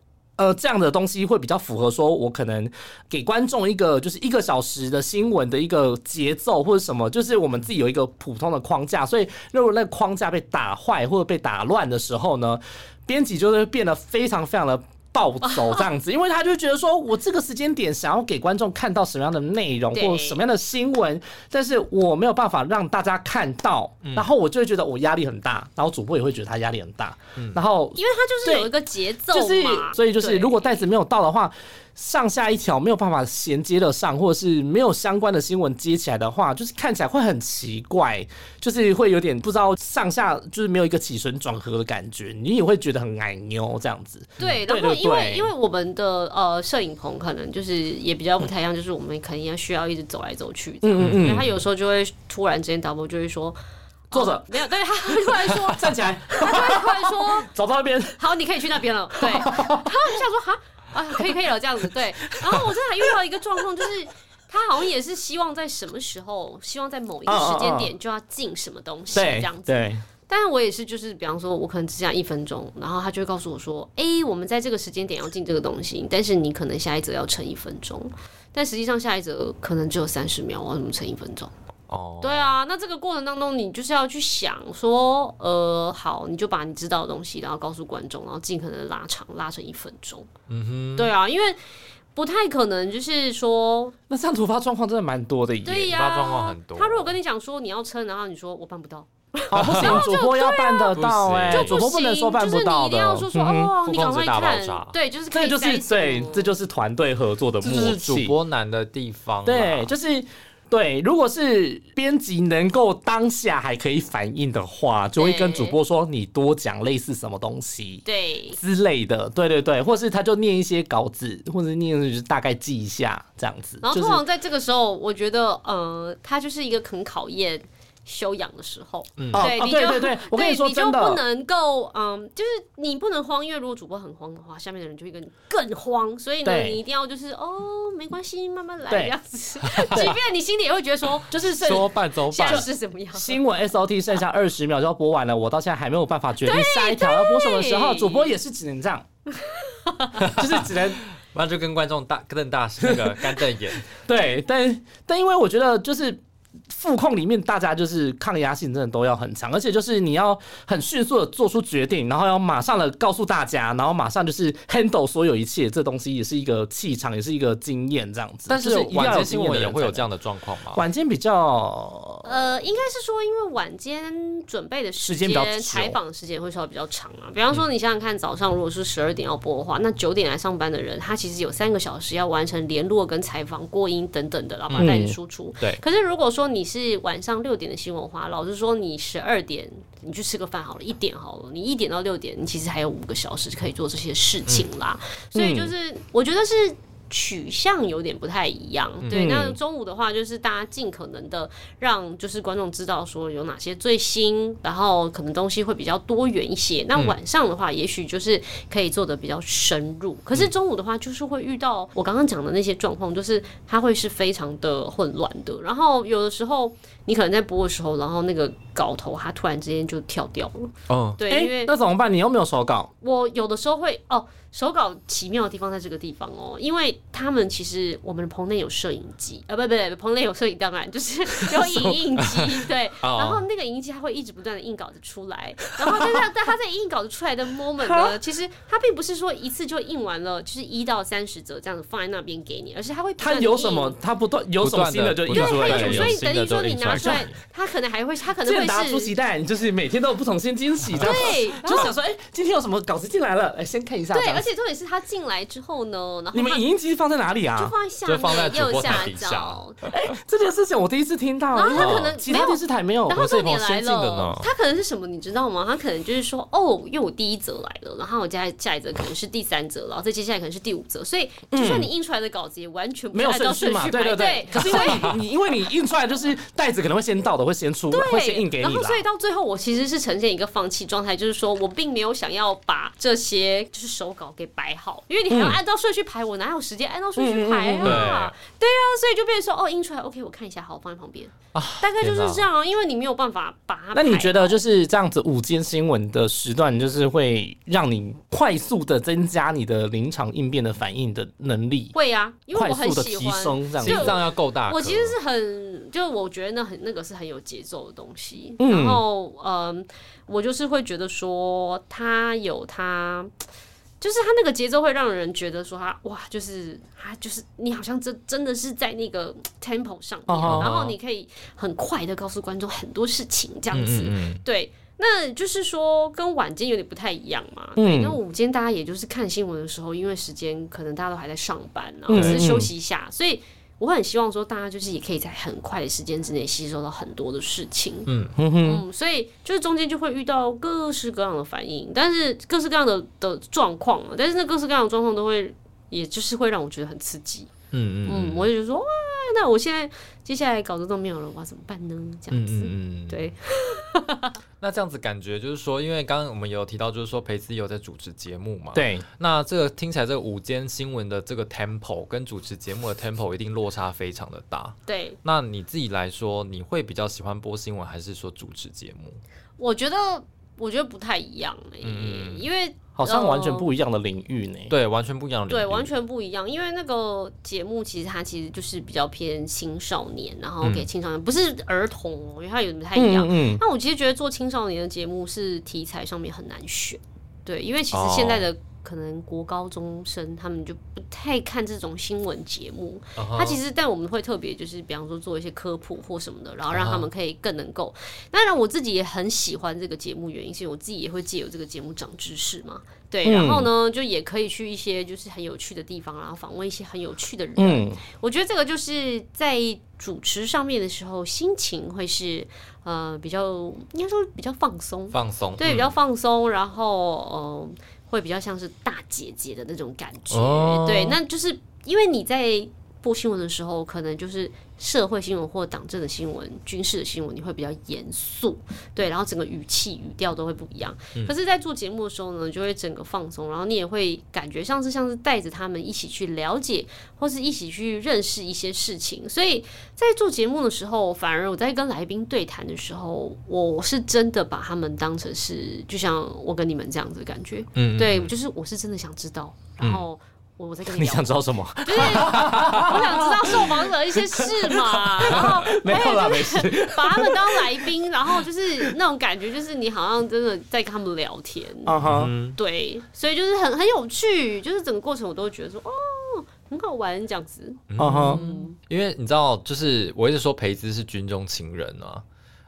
呃，这样的东西会比较符合，说我可能给观众一个就是一个小时的新闻的一个节奏或者什么，就是我们自己有一个普通的框架，所以如果那个框架被打坏或者被打乱的时候呢，编辑就会变得非常非常的暴走这样子，因为他就觉得说我这个时间点想要给观众看到什么样的内容
对
或什么样的新闻，但是我没有办法让大家看到，然后我就会觉得我压力很大，然后主播也会觉得他压力很大，然后
因为它就是有一个节奏嘛，
就是所以就是
对
如果袋子没有到的话，上下一条没有办法衔接得上，或者是没有相关的新闻接起来的话，就是看起来会很奇怪，就是会有点不知道上下就是没有一个起承转合的感觉，你也会觉得很矮妞这样子。
对，
嗯对
然后
对
因为
对
因为我们的呃摄影棚可能就是也比较不太一样，就是我们可能要需要一直走来走去，嗯
嗯嗯
嗯，他有时候就会突然之间导播就会说
坐着
哦没有，对 他会突然说，
站起 来，
他就会突然说
走到那边，
好，你可以去那 边了，对，然后我就想说哈啊可以可以了这样子，对，然后我真的还遇到一个状况就是。他好像也是希望在什么时候，希望在某一个时间点就要进什么东西
嗯
这
对
样子。
对，
但是我也是，就是比方说，我可能只讲一分钟，然后他就会告诉我说：“哎、我们在这个时间点要进这个东西，但是你可能下一则要乘一分钟，但实际上下一则可能只有三十秒，我要怎么乘一分钟？”
哦，
对啊，那这个过程当中，你就是要去想说，呃，好，你就把你知道的东西，然后告诉观众，然后尽可能拉长，拉成一分钟。嗯哼，对啊，因为不太可能就是说，
那这样突发状况真的蛮多的耶。
对呀、
八状况很多
他如果跟你讲说你要撑，然后你说我办不到，
好，啊不行，主播
啊
要办得到哎、
就不
主播不能说办
就是你
到
一
的。
定要说说、
嗯哼
哦，
不
你
控
赶
制
快
大爆
看
炸，
对，就是可
这
以
就
塞
是
什么
对，这就是团队合作的
这
默
就是主
契。
播难的地方啦。
对，就是对。如果是编辑能够当下还可以反应的话，就会跟主播说你多讲类似什么东西。
对。
之类的，对对对，或是他就念一些稿子，或者念就是大概记一下这样子，
然后
就
通
是
常在这个时候，我觉得，呃，他就是一个很考验修养的时候。
哦
对，
哦
你就
对对 对，我跟
对
你说
就
真
不
的，
能够，嗯，就是你不能慌，因为如果主播很慌的话，下面的人就会跟你更慌。所以呢，
对
你一定要就是哦，没关系，慢慢 来
对
这样子。即便你心里也会觉得说，
就是剩
说办就
现
办
在，是怎么 样？
新闻 S O T 剩 下二十秒就要播完了，我到现在还没有办法决定下一条要播什么时候，
对
主播也是只能这 样，就是只能
不然就跟观众大瞪大那 个干瞪眼。
对，但但因为我觉得就是。副控里面，大家就是抗压性真的都要很强，而且就是你要很迅速的做出决定，然后要马上的告诉大家，然后马上就是 handle 所有一切，这东西也是一个气场，也是一个经验这样子。
但
就是一定要
晚
有
间
经
新
验
闻
的
也
人
会有
才
这样的状况吗
能。？晚间比较
呃，应该是说，因为晚间准备的时
时间
间
比较久，
采访时间会稍微比较长啊。比方说，你想想看，早上如果是十二点要播的话，那九点来上班的人，他其实有三个小时要完成联络跟采访、过音等等的，然
嗯
后把它带你输出。
对
可是如果说你是晚上六点的新闻的话，老实说，你十二点你去吃个饭好了，一点好了，你一点到六点，你其实还有五个小时可以做这些事情啦。
嗯
所以就是，我觉得是。取向有点不太一样，对。
嗯
那中午的话，就是大家尽可能的让就是观众知道说有哪些最新，然后可能东西会比较多元一些。那晚上的话，也许就是可以做的比较深入。可是中午的话，就是会遇到我刚刚讲的那些状况，就是它会是非常的混乱的。然后有的时候你可能在播的时候，然后那个稿头它突然之间就跳掉了，
嗯，
对，因
哎
为，
那怎么办？你又没有手稿，
我有的时候会哦，手稿奇妙的地方在这个地方哦，因为他们其实我们棚内有摄影机，啊，不不不，棚内有摄影，当然就是 有影印机， 对，
哦
然后那个影印机它会一直不断的印稿子出来，然后但是但它 在印稿子出来的 moment 呢，其实它并不是说一次就印完了，就是一到三十则这样子放在那边给你，而是它会不
他
断地
有什
印
么？他不断有什么新的就
不
印
断地
出
不
来
断
它
地
有，
对
所以
新的
等于说
都
你
印
拿出
出来
来，它可能还会，它可能
健达出
会
奇
是。
蛋，就是每天都有不同新惊喜，这样
对，然
就
后
想说，哎、今天有什么稿子进来了？哎、先看一下。
对
这，样
而且重点是它进来之后呢，然后
你们
它
影音机放在哪里
就
啊？
放在下
就放在
面
主
右
播台
下
底下
角，
这件事情我第一次听到，
然后
因
啊他
为
可能
其
没
哦他
有
电视台没有
然。后
我是一
重
旁
点来
先进的呢
了，他可能是什么你知道吗？他可能就是说，哦，因为我第一则来了，然后我下下一则可能是第三则，然后再接下来可能是第五则，所以就算你印出来的稿子也完全
嗯
不
没
是
有
按照
顺序
顺
嘛，
序
对
排
对对
队。。
可是因为你，你因为你印出来就是袋子可能会先到的，会先出，会先印给
然
你
后
啦
所。以到最后，我其实是呈现一个放弃状态，就是说我并没有想要把这些就是手稿给摆好，因为你还要按照顺序排，我哪有时间按照顺序排
嗯嗯嗯嗯嗯
嗯
啊？对啊，所以就变成说，哦，印出来 OK，我看一下，好，我放在旁边，大概就是这样啊，因为你没有办法把它。
那你觉得就是这样子午间新闻的时段，就是会让你快速的增加你的临场应变的反应的能力，
会啊，因为
快
我很
速的
喜
提
欢。
升这样
心
就
子。
脏要够大颗。
我其实是很，就我觉得那很那个是很有节奏的东西。
嗯
然后，嗯，我就是会觉得说，它有它，就是它那个节奏会让人觉得说它，哇，就是它就是你好像真真的是在那个 tempo 上面，
哦
然后你可以很快的告诉观众很多事情，这样
嗯
子。
嗯嗯，
对，那就是说跟晚间有点不太一样嘛。对，
嗯
那午间大家也就是看新闻的时候，因为时间可能大家都还在上班啊，
嗯
只是休息一下，所以。我很希望说，大家就是也可以在很快的时间之内吸收到很多的事情，嗯嗯，所以就是中间就会遇到各式各样的反应，但是各式各样的的状况啊嘛，但是那各式各样的状况都会，也就是会让我觉得很刺激，
嗯嗯
嗯，我就觉得说哇，那我现在接下来稿子都没有了，我要怎么办呢？这样
嗯
子，
嗯嗯，。
对，
那这样子感觉就是说，因为刚刚我们有提到，就是说裴斯也有在主持节目嘛，。
对，
那这个听起来，这个午间新闻的这个 tempo 跟主持节目的 tempo 一定落差非常的大。
对，
那你自己来说，你会比较喜欢播新闻，还是说主持节目？
我觉得我觉得不太一样欸
嗯嗯嗯
因为
好像完全不一样的领域呢。
对，完全不一样的领域。
对完全不一样，因为那个节目其实它其实就是比较偏青少年，然后
嗯
给青少年，不是儿童哦，因为它有点不太一样。
嗯嗯，
那我其实觉得做青少年的节目是题材上面很难选，对，因为其实
哦
现在的可能国高中生他们就不太看这种新闻节目，
嗯
哦
哼，
他其实但我们会特别就是比方说做一些科普或什么的，然后让
啊哈
他们可以更能够。当然我自己也很喜欢这个节目，原因是因为我自己也会借由这个节目长知识嘛，对，
嗯
然后呢就也可以去一些就是很有趣的地方，然后访问一些很有趣的人，
嗯，
我觉得这个就是在主持上面的时候，心情会是呃比较应该说比较放松，
放松，嗯
对，比较放松，然后呃会比较像是大姐姐的那种感觉，
哦
对，那就是因为你在播新闻的时候，可能就是社会新闻或党政的新闻、军事的新闻，你会比较严肃，对，然后整个语气语调都会不一样。可是，在做节目的时候呢，就会整个放松，然后你也会感觉像是像是带着他们一起去了解，或是一起去认识一些事情。所以在做节目的时候，反而我在跟来宾对谈的时候，我是真的把他们当成是，就像我跟你们这样子的感觉。
嗯，嗯
对，就是我是真的想知道，然后我我在跟
你
聊
想知道什么？
就是我想知道受访者一些事嘛，然后
没有啦，哦没 事。
把他们当来宾，然后就是那种感觉，就是你好像真的在跟他们聊天，
啊哈，
嗯
对，所以就是很很有趣，就是整个过程我都会觉得说哦。很好玩这样子，
啊哈，
嗯，
因为你知道，就是我一直说培姿是军中情人啊，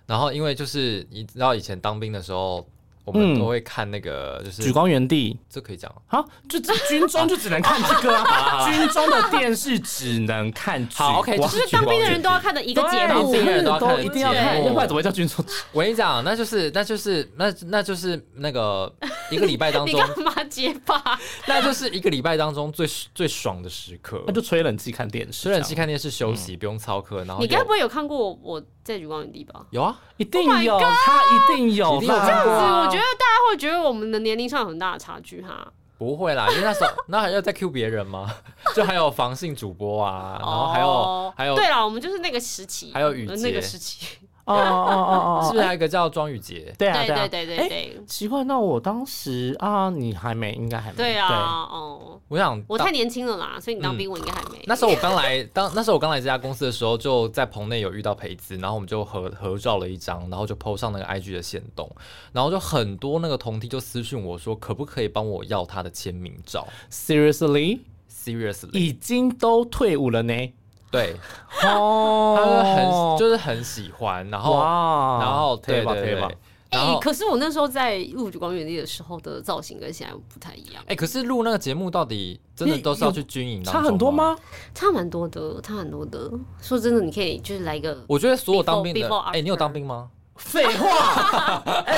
然后因为就是你知道以前当兵的时候，我们
嗯
都会看那个就是
举光原地。
这可以讲啊。
啊，就这军中就只能看这个 啊，军中的电视只能看剧。
好，OK，
哇
就
哎就是当兵的人都要看的一个节目啊
对，
对啊
都要看
都
的
一定要
节
看，
目
要不然怎么会叫军中？
我跟你讲，那就是那就是那那就是那 个一个礼拜当
你
中，
干嘛结巴？
那就是一个礼拜当中最最爽的时刻
那。就吹冷气看电视，
虽然去看电视休
嗯
息，不用操课，然后
你
有
该不会有看过我在《举光原地》吧？
有啊，
一定有，他一定有哦
一定有
啦，
这样
是，我觉得大家会觉得我们的年龄上有很大的差距哈。
不会啦，因为那时候 那还要再 Q 别人吗？就还有防性主播啊，然后还有、
哦
还有
对啦，我们就是那个时期，
还有雨
呃
洁
那个时期，
哦哦哦哦，
是不是还有一个叫庄宇杰？
对啊
对
啊
对对对
哎
对，
奇怪，那我当时啊，你还没，应该还没，
对啊，哦，
我想
我
当
太年轻了
嗯
啦，所以你当兵我应该还没。哎
那时候我刚来，当那时候我刚来这家公司的时候，就在棚内有遇到培姿，然后我们就合合照了一张，然后就 PO 上那个 IG 的线动，然后就很多那个同梯就私讯我说，可不可以帮我要他的签名照
，Seriously，
？Seriously，
已经都退伍了呢，
对，他就
哦
很，就是很喜欢，然后
哇，
然后
推
对
吧
对
推
对
吧，，
然
哎
后，。
可是我那时候在入《举光原地》的时候的造型跟现在不太一样，
哎、可是录那个节目到底真的都是要去军营当
差
中
很多吗？？
差蛮多的，差蛮多的。说真的，你可以就是来一个，
我觉得所有当兵的
Before- before，，
哎、你有当兵吗？
废话，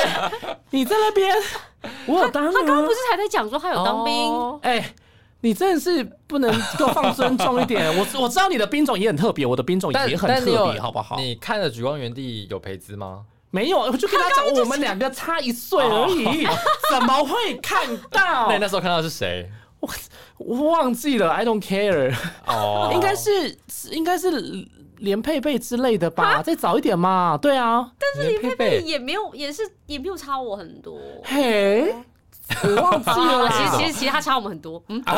你在那边，我有当、啊。
他刚刚不是还在讲说他有当兵，
哦
哎、你真的是不能给我放尊重一 点。我我知道你的兵种也很特别，我的兵种
但
也很
但你
特别，
有
好不好？
你看了《举光原地》有培姿吗？
没有，我就跟他讲，我们两个差一岁而已，
哦
怎么会看
哦
到
那？你那时候看到的是谁？
我忘记了，I don't care，、
哦
应该是应该是连配备之类的吧，再早一点嘛。对啊，
但是林佩
但也没有，也是也没有差我很多。
嘿，我忘记了
啊，其实
啦，啊
其实其实他差我们很多，嗯，
那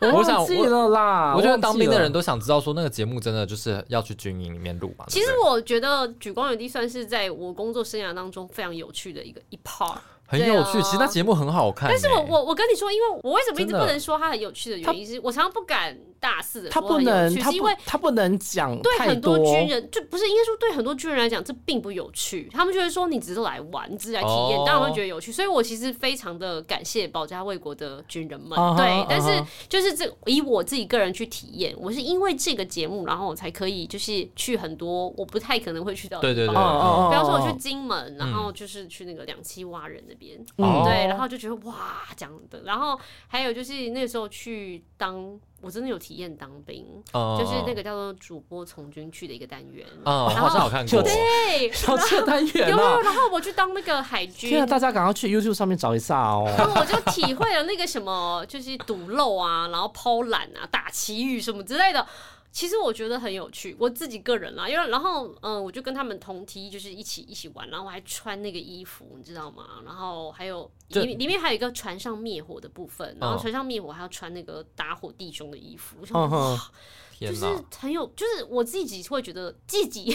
我
我想
忘记
我。
了啦。
我觉得
忘记
当兵的
了
人都想知道，说那个节目真的就是要去军营里面录嘛。
其
对
实
不对
我觉得《举光原地》算是在我工作生涯当中非常有趣的一个一 part。
很有
对
趣，
啊
其实那节目很好看欸。
但是我我我跟你说，因为我为什么一直
真的
不能说它很有趣的原因是，我常常不敢大肆的
他
说
不
很有
能，
趣，
他
是因
不
为，
他不能讲
对
太
很多军人，就不是应该说对很多军人来讲，这并不有趣。他们就会说你只是来玩，你只是来体验，
哦
当然会觉得有趣。所以我其实非常的感谢保家卫国的军人们
啊哈
对。但
啊
是
哈
就是这以我自己个人去体验，我是因为这个节目，然后我才可以就是去很多我不太可能会去到的
对对
地方
对
哦哦哦
比方说我
哦
去金门，然后就是去那个两栖蛙人的这边，
哦
嗯对， 然后就觉得哇这样的，然后还有就是那时候去当，我真的有体验当兵，
哦
嗯
就是那个叫做主播从军去的一个单元，
嗯，
然
好
后
像有看过
就，
对，
小这单
有
元
有，
啊！
然后我去当那个海
天
军
啊，。大家赶快去 YouTube 上面找一下 哦。
然后我就体会了那个什么，就是堵漏啊，然后抛缆啊，打旗语什么之类的。其实我觉得很有趣，我自己个人啦，因为然后嗯，我就跟他们同梯，就是一起一起玩，然后我还穿那个衣服，你知道吗？然后还有
这
里面里面还有一个船上灭火的部分，然后
嗯
船上灭火还要穿那个打火弟兄的衣服，我想
哦嗯哼
说
哼，
天
就是
哪，
很有，就是我自己会觉得自己，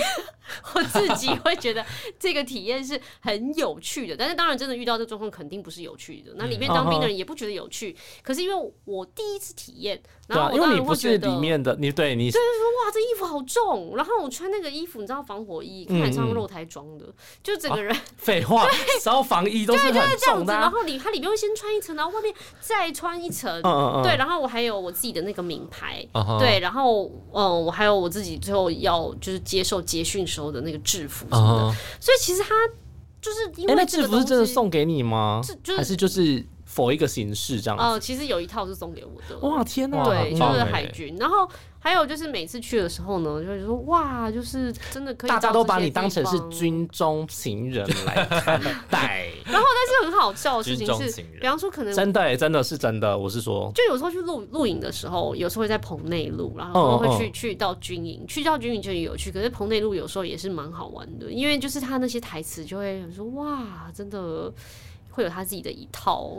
我自 己会觉得这个体验是很有趣的。但是当然，真的遇到这状况肯定不是有趣的。那里面
嗯
当兵的
嗯
人也不觉得有趣。可是因为我第一次体验，
对
然
啊
后，我
因为
当
你
然
不
会
是
觉得
里
哇，
面的，你对你
这衣服好重。然后我穿那个衣服，你知道防火衣，看起来
嗯
像肉台装的，就整个人
废话，消防衣都是很
这样
重
子。
啊的
然
啊。
后里它里面会先穿一层，然后外面再穿一层。
嗯嗯嗯，
对，然后我还有我自己的那个名牌，
嗯哼，
对，然后嗯，我还有我自己最后要就是接受结训时候的那个制服什么的，
嗯哼，
所以其实他就是因
哎，那
为这
制
个
服
东
是
西，
真的送给你吗
这？就是
还是就是否一个形式这样
呃，
子？
其实有一套是送给我的，
哇，天哪！
对，
棒
就是
欸
海军，然后还有就是每次去的时候呢，就会说哇，就是真的可以
大家
到
都
这
把
些
你
地
当成是
方
军中情人来 看待，
但是很好笑的事
军
情
中
是，
情人
比方说可能
真的欸真的是真的，我是说，
就有时候去露露营的时候，有时候会在棚内露，然后
嗯嗯
会去、去到军营，去到军营就很有趣。可是棚内露有时候也是蛮好玩的，因为就是他那些台词就会说哇，真的会有他自己的一套，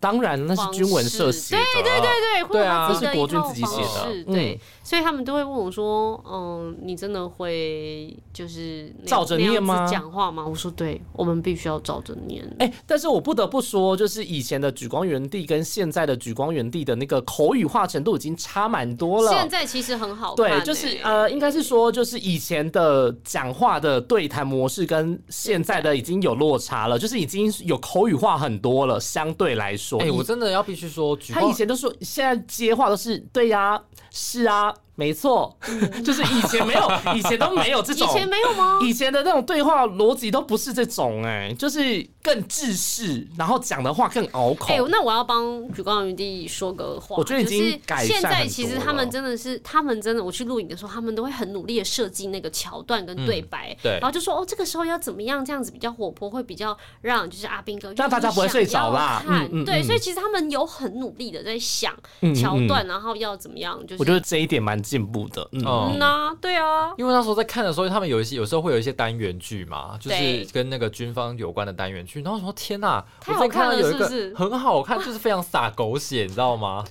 当然那是军文社写的，对对对
对，会有他自己
对啊这
的一套
是国军自己写
方
的
式，
嗯
对，所以他们都会问我说，嗯，你真的会就是那
照着念吗
那样子讲话吗？我说对，我们必须要照着念。
哎、但是我不得不说，就是以前的举光原地跟现在的举光原地的那个口语化程度已经差蛮多
现
了。
在其实很好看、
对，就是
哎
呃，应该是说，就是以前的讲话的对谈模式跟现在的已经有落差了，就是已经有口语化很多了，相对来说。
哎，
以
我真的要必须说，举
他
报
以前都说，现在接话都是对呀、是啊，没错，就是以前 没有，以前都没有这
嗯以
种，
前没有吗？
以前的那种对话逻辑都不是这种、哎，就是更制式，然后讲的话更拗口。
哎、那我要帮举光云弟说个话，
我觉得已经
就
改
是
善
现在
很
其实
多
他们
了
真的是，他们真的，我去录影的时候，他们都会很努力的设计那个桥段跟
嗯
对白，
对
然后就说哦，这个时候要怎么样，这样子比较活泼，会比较让就是阿兵哥
让大家不会睡着啦
就是想要
嗯嗯
看对，
嗯
所以其实他们有很努力的在想
嗯嗯
桥段，然后要怎么样，就是
我觉得这一点蛮进步的，嗯，
哦
嗯呐、对啊，
因为那时候在看的时候，他们有一些有时候会有一些单元剧嘛，就是
对
跟那个军方有关的单元剧。然后我说天哪，
太
我
好
在
看
看
了
到有一个
是不是
很好看，就是非常洒狗血，你知道 吗？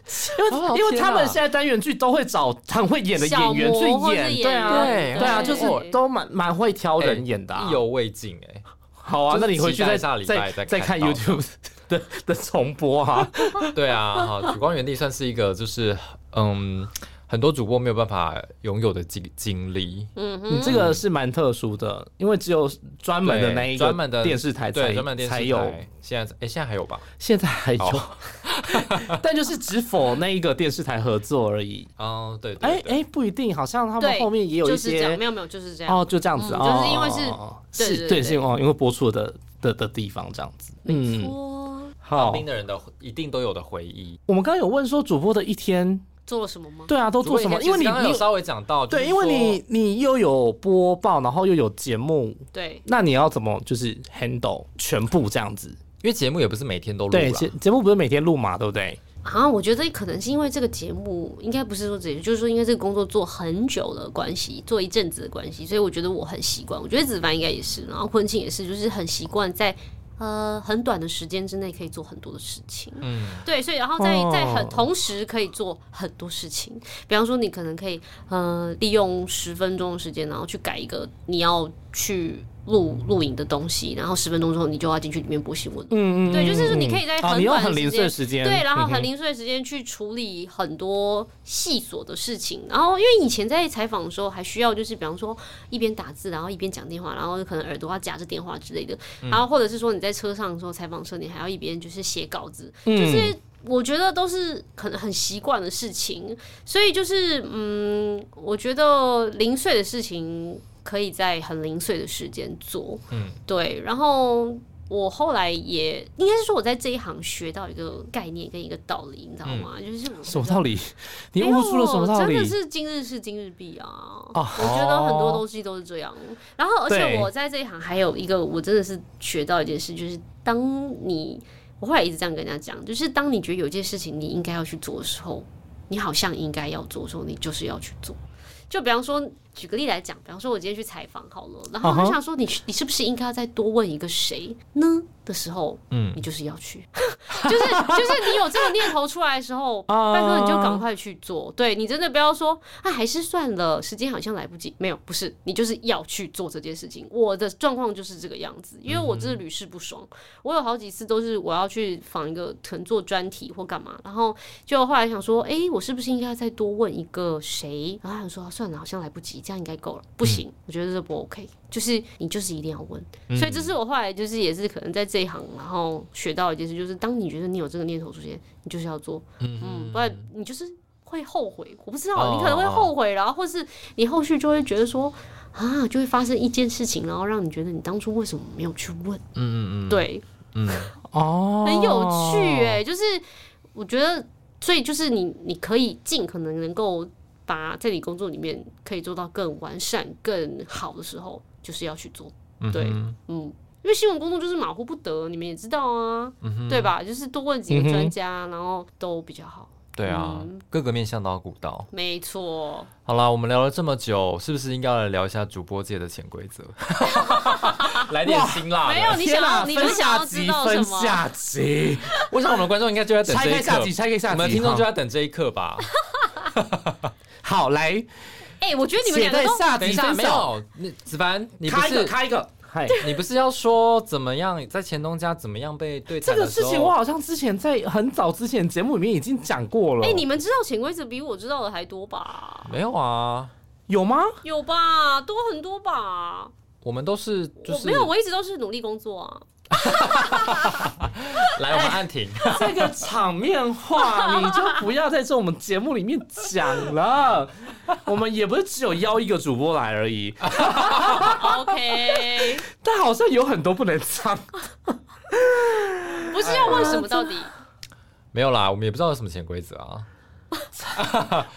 因
哦
为因为
天
他们
哪
现在单元剧都会找很会演的演员去
小模或是
对啊，
演员
对啊，
对哦
就是都蛮蛮会挑人演的、啊
哎意犹未尽哎、
好啊，
就
那
是
你回
期
去
待
再
下礼拜
再
再看
看
到
YouTube 的 的重播啊。
对啊， 好，举光原地算是一个就是嗯，很多主播没有办法拥有的经经历。
嗯哼，
你这个是蛮特殊的，因为只有专门的
对
那一个
专门的
电视台才
对，专门电视
才有，
台哦现在哎、现在还有吧？
现在还有， 但就是只否那一个电视台合作而已。
嗯，对对
哎
对，
哎，不一定，好像他们
对
后面也有一
就是这样，
些
没有没有，就是这样。
哦，就这样子
嗯
哦，
就是因为是
哦
对
是
对
对
对
是哦，因为播出的的的地方这样子，
哇
嗯，
哦
当
好
兵，的人的一定都有的回忆。
我们刚刚有问说主播的一天，
做了什么吗？
对啊，都做什么？因为你
刚刚有
你
稍微讲到，就
对，
是
因为
说
你你又有播报，然后又有节目，
对，
那你要怎么就是 handle 全部这样子？
因为节目也不是每天都录啊
对，
啦
节节目不是每天录嘛，对不对？
啊，我觉得可能是因为这个节目，应该不是说这，就是说因为这个工作做很久的关系，做一阵子的关系，所以我觉得我很习惯。我觉得子凡应该也是，然后昆庆也是，就是很习惯在。呃，很短的时间之内可以做很多的事情，
嗯，
对，所以然后在在很
哦
同时可以做很多事情，比方说你可能可以呃利用十分钟的时间，然后去改一个你要去录录影的东西，然后十分钟之后你就要进去里面播新闻，
嗯
对就是说你可以在
啊，
很
你用
短的
很零
时
碎
间
时间，
对，然后
嗯
很
哼
零碎的时间去处理很多细琐的事情。然后因为以前在采访的时候，还需要就是比方说一边打字，然后一边讲电话，然后可能耳朵要夹着电话之类的。
嗯
然后或者是说你在车上的时候采访车，你还要一边就是写稿子，
嗯
就是。我觉得都是可能很习惯的事情，所以就是嗯，我觉得零碎的事情可以在很零碎的时间做，嗯，对。然后我后来也应该是说我在这一行学到一个概念跟一个道理，你知道吗？嗯就是我
什么道
理？
理？
没
你
有
悟出了什么道
真
理
的？是今日事今日毕啊！
哦
我觉得很多东西都是这样。然后，而且
对
我在这一行还有一个，我真的是学到一件事，就是当你我后来一直这样跟人家讲，就是当你觉得有一件事情你应该要去做的时候，你好像应该要做的时候，你就是要去做。就比方说，举个例来讲，比方说我今天去采访好了，然后我
嗯
就
哼
想说你去，你是不是应该要再多问一个谁呢的时候，
嗯
你就是要去， 就是就是你有这个念头出来的时候，
啊
拜托你就赶快去做。对你真的不要说啊，还是算了，时间好像来不及。没有，不是，你就是要去做这件事情。我的状况就是这个样子，因为我真的屡试不爽。我有好几次都是我要去仿一个可能做专题或干嘛，然后就后来想说，诶，我是不是应该再多问一个谁？然后想说、啊算了，好像来不及，这样应该够了。不行，我觉得这不 OK，就是你就是一定要问。
嗯
所以这是我后来就是也是可能在这一行，然后学到一件事，就是当你觉得你有这个念头出现，你就是要做，嗯，不然你就是会后悔。我不知道，
哦
你可能会后悔，然后或是你后续就会觉得说啊，就会发生一件事情，然后让你觉得你当初为什么没有去问？
嗯嗯嗯，
对，
嗯，
哦，
很有趣哎、就是我觉得，所以就是你你可以尽可能能够把在你工作里面可以做到更完善、更好的时候，就是要去做。
嗯
对
哼
嗯，因为新闻工作就是马虎不得，你们也知道啊，对吧？就是多问几
嗯
个
哼
专家，然后都比较好。
对啊，
嗯
各个面向都要顾到。
没错，
好啦，我们聊了这么久，是不是应该来聊一下主播界的潜规则？ 来点辛辣的
没有你
天
想
啊
要你就
分
想
下
要知
集，
道
分
什么
下集，
我想我们的观众应该就在等
拆
这
开
一
下集，
刻，
拆开下
我
集。
们的听众
哈
就在等这一刻 吧。
好来，
哎、我觉得你们
写
两个
在
都
下
等
集
一下，
分
没
手，
有，你子凡，你不
开一个，
是
开一个。嗨，
你不是要说怎么样在前东家怎么样被对
这
谈
个
的时
事
候？
情我好像之前在很早之前节目里面已经讲过了。
哎、你们知道潜规则比我知道的还多吧？
没有啊，
有吗？
有吧，多很多吧。
我们都是就是
我没有，啊我一直都是努力工作啊。
来，我们按停。
这个场面话，你就不要在这我们节目里面讲了。我们也不是只有邀一个主播来而 已，
OK，
但好像有很多不能唱。
不是要 问什
啊
么到底？
没有啦，我们也不知道有什么潜规则啊。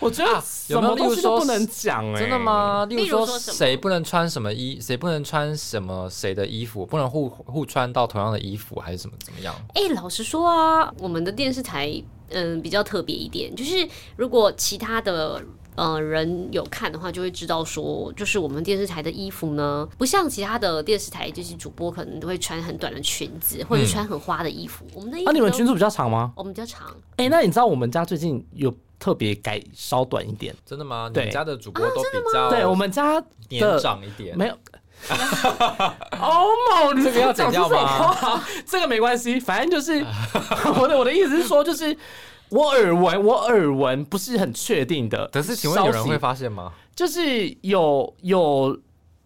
我觉得
有没
什
有
么东
例
西
如说
都不能讲哎、
真的？吗？例
例如
如说
说什么
谁不能穿什么衣，谁不能穿什么谁的衣服，不能互互穿到同样的衣服，还是怎么怎么样？
哎、老实说啊，我们的电视台嗯比较特别一点，就是如果其他的。呃，人有看的话，就会知道说，就是我们电视台的衣服呢，不像其他的电视台，就是主播可能都会穿很短的裙子，或者穿很花的衣服。我们的衣服
嗯啊，
都，
你们群主比较长吗？
我们比较长，
哎、那你知道我们家最近有特别改稍短一点？
真的吗？你
对
们家的主播都比较
对我们家
年长一点，
没有。哦某，你
这个要
讲
剪掉
出什么
吗
话？ 这个没关系，反正就是 我的我的意思是说，就是我耳闻，我耳闻不是很确定的消息。
可是请问有人会发现吗？
就是有有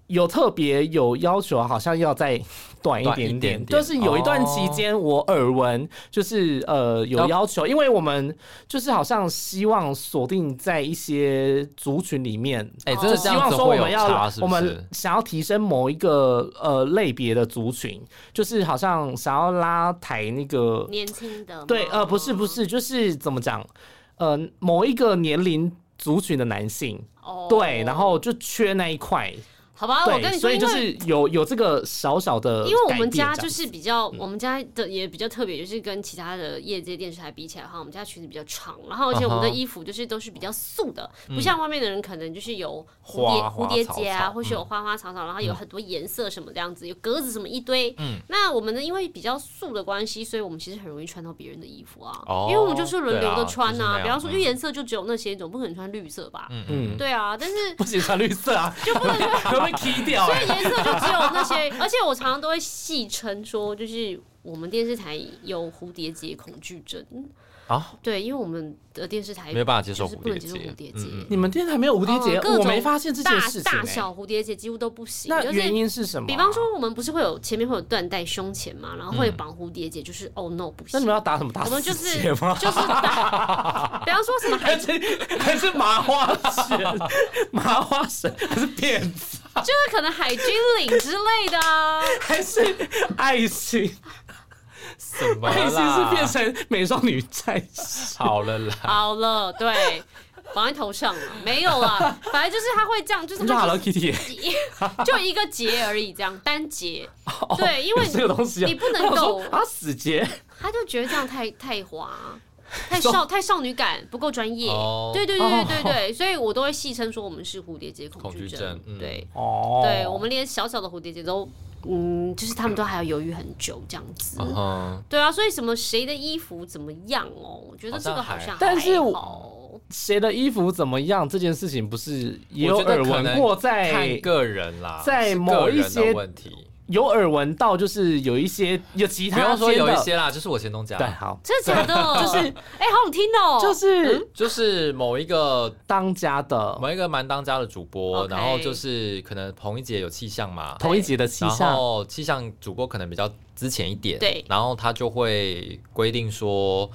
有特别有要求，好像要再短一
短一
点
点点
就是有一段期间，我耳闻就是呃有
要
要求，因为我们就是好像希望锁定在一些族群里面。
哎，
哦
真的这
希
样
望
子
说我
会有
们要
差，是
我
不
们
是？
想要提升某一个呃类别的族群，就是好像想要拉抬那个
年轻的吗。
对，呃，不是不是，就是怎么讲，呃，某一个年龄族群的男性，
哦
对，然后就缺那一块，
好吧，我跟
对，
你
所
说，
以
因
就
为
是有有这个小小的，
因为我们家就是比较，
嗯
我们家的也比较特别，就是跟其他的业界电视台比起来的话，我们家裙子比较长，然后而且我们的
啊哈嗯
衣服就是都是比较素的，不像外面的人可能就是有蝴蝶
花花
蝴蝶
草
结啊，
草嗯
或是有花花草草，然后有很多颜色什么这样子，有格子什么一堆。
嗯
那我们呢，因为比较素的关系，所以我们其实很容易穿到别人的衣服啊，
哦
因为我们就是轮流
对
的
啊
穿
就是那
啊。
样
比方说，
嗯
因为颜色就只有那些，总不可能穿绿色吧？
嗯，
对啊，但是
不行，穿绿色 啊，就不能 会被踢掉
所
欸
以颜色就只有那些，而且我常常都会戏称说，就是我们电视台有蝴蝶结恐惧症。
啊，
对，因为我们的电视台
没有办法接受
就是
蝴
不能
蝶
接受
结，
蝴蝶结。
嗯
你们电台没有无敌节
呃，各
我
种
没发现这件事情
大大
欸，
小蝴蝶结几乎都不行。
那
就是
原因是什么啊？
比方说，我们不是会有前面会有缎带胸前嘛，然后
嗯
会绑蝴蝶结，就是 oh no 不
那
行
你。们要打什么打
我们就
死
是
结
就
吗？
是 打，比方说什么海
还是还是麻花神，麻花神还是骗子？
就是可能海军领之类的啊。
还是爱情？
什么
爱情
啦？
是变成美少女战 士？
好了啦，
好了，对，绑在头上了，没有 啦，反正就是他会这样，就是
你说
他
Hello
就是
Kitty
就一 个结而已，这样单结。
哦
对，因
有
为
这个东西啊，
你不能
我想说
够
啊死结。
他就觉得这样太太 滑。太
说
少太少女感不够专业
哦，
对对对对对，所以我都会戏称说我们是蝴蝶结恐
恐惧
症
症，嗯
对
哦
对，我们连小小的蝴蝶结都，嗯，就是他们都还要犹豫很久这样
哦
子，
嗯哼，
对啊，所以什么谁的衣服怎么样哦，我觉得这个
好
好像
像还
但是我
还好
谁的衣服怎么样这件事情，不是也有
我觉得
耳
可
闻
能
过
看
在
个人啦，
在
是个
某一
人的
些
问题，
有耳闻到，就是有一些有其
不
他
用说
间
有
的
一些啦，就是我前东家，
对，好，
真的假 的？就是哎，好好听哦，
就是
就是某一个
当家
嗯
的
某一个蛮当家的主播，
OK
然后就是可能彭一杰有气象嘛，
同一集的气
然
象，
后气象主播可能比较之前一点，
对
然后他就会规定说，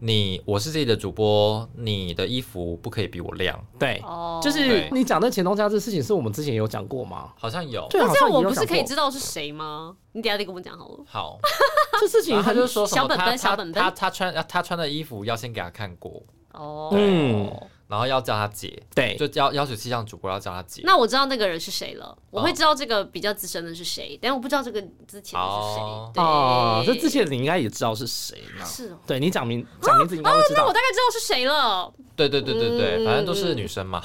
你我是这里的主播，你的衣服不可以比我亮，
对，
哦，
就是
对
你讲的前东家这事情，是我们之前有讲过吗？
好像有。
对，好
那这
像也
样我
有
不是
讲
可以
过
知道是谁吗？你等一下再跟我讲好了。
好，
这事情
然后他
很
就说什
小
么哦
本
他
本
他
小本本
他他穿他穿的衣服要先给他看过，
哦，
嗯
然后要叫他姐，
对，
就要要求气象主播要叫他姐。
那我知道那个人是谁了，我会
哦
知道这个比较资深的是谁，但我不知道这个之前的是谁
哦。
对
哦，这之前你应该也知道是谁嘛？
是哦。
对你讲名讲名字应该会知
那我
道。
大概知道是谁了。
对对对对对，
嗯
反正都是女生 嘛，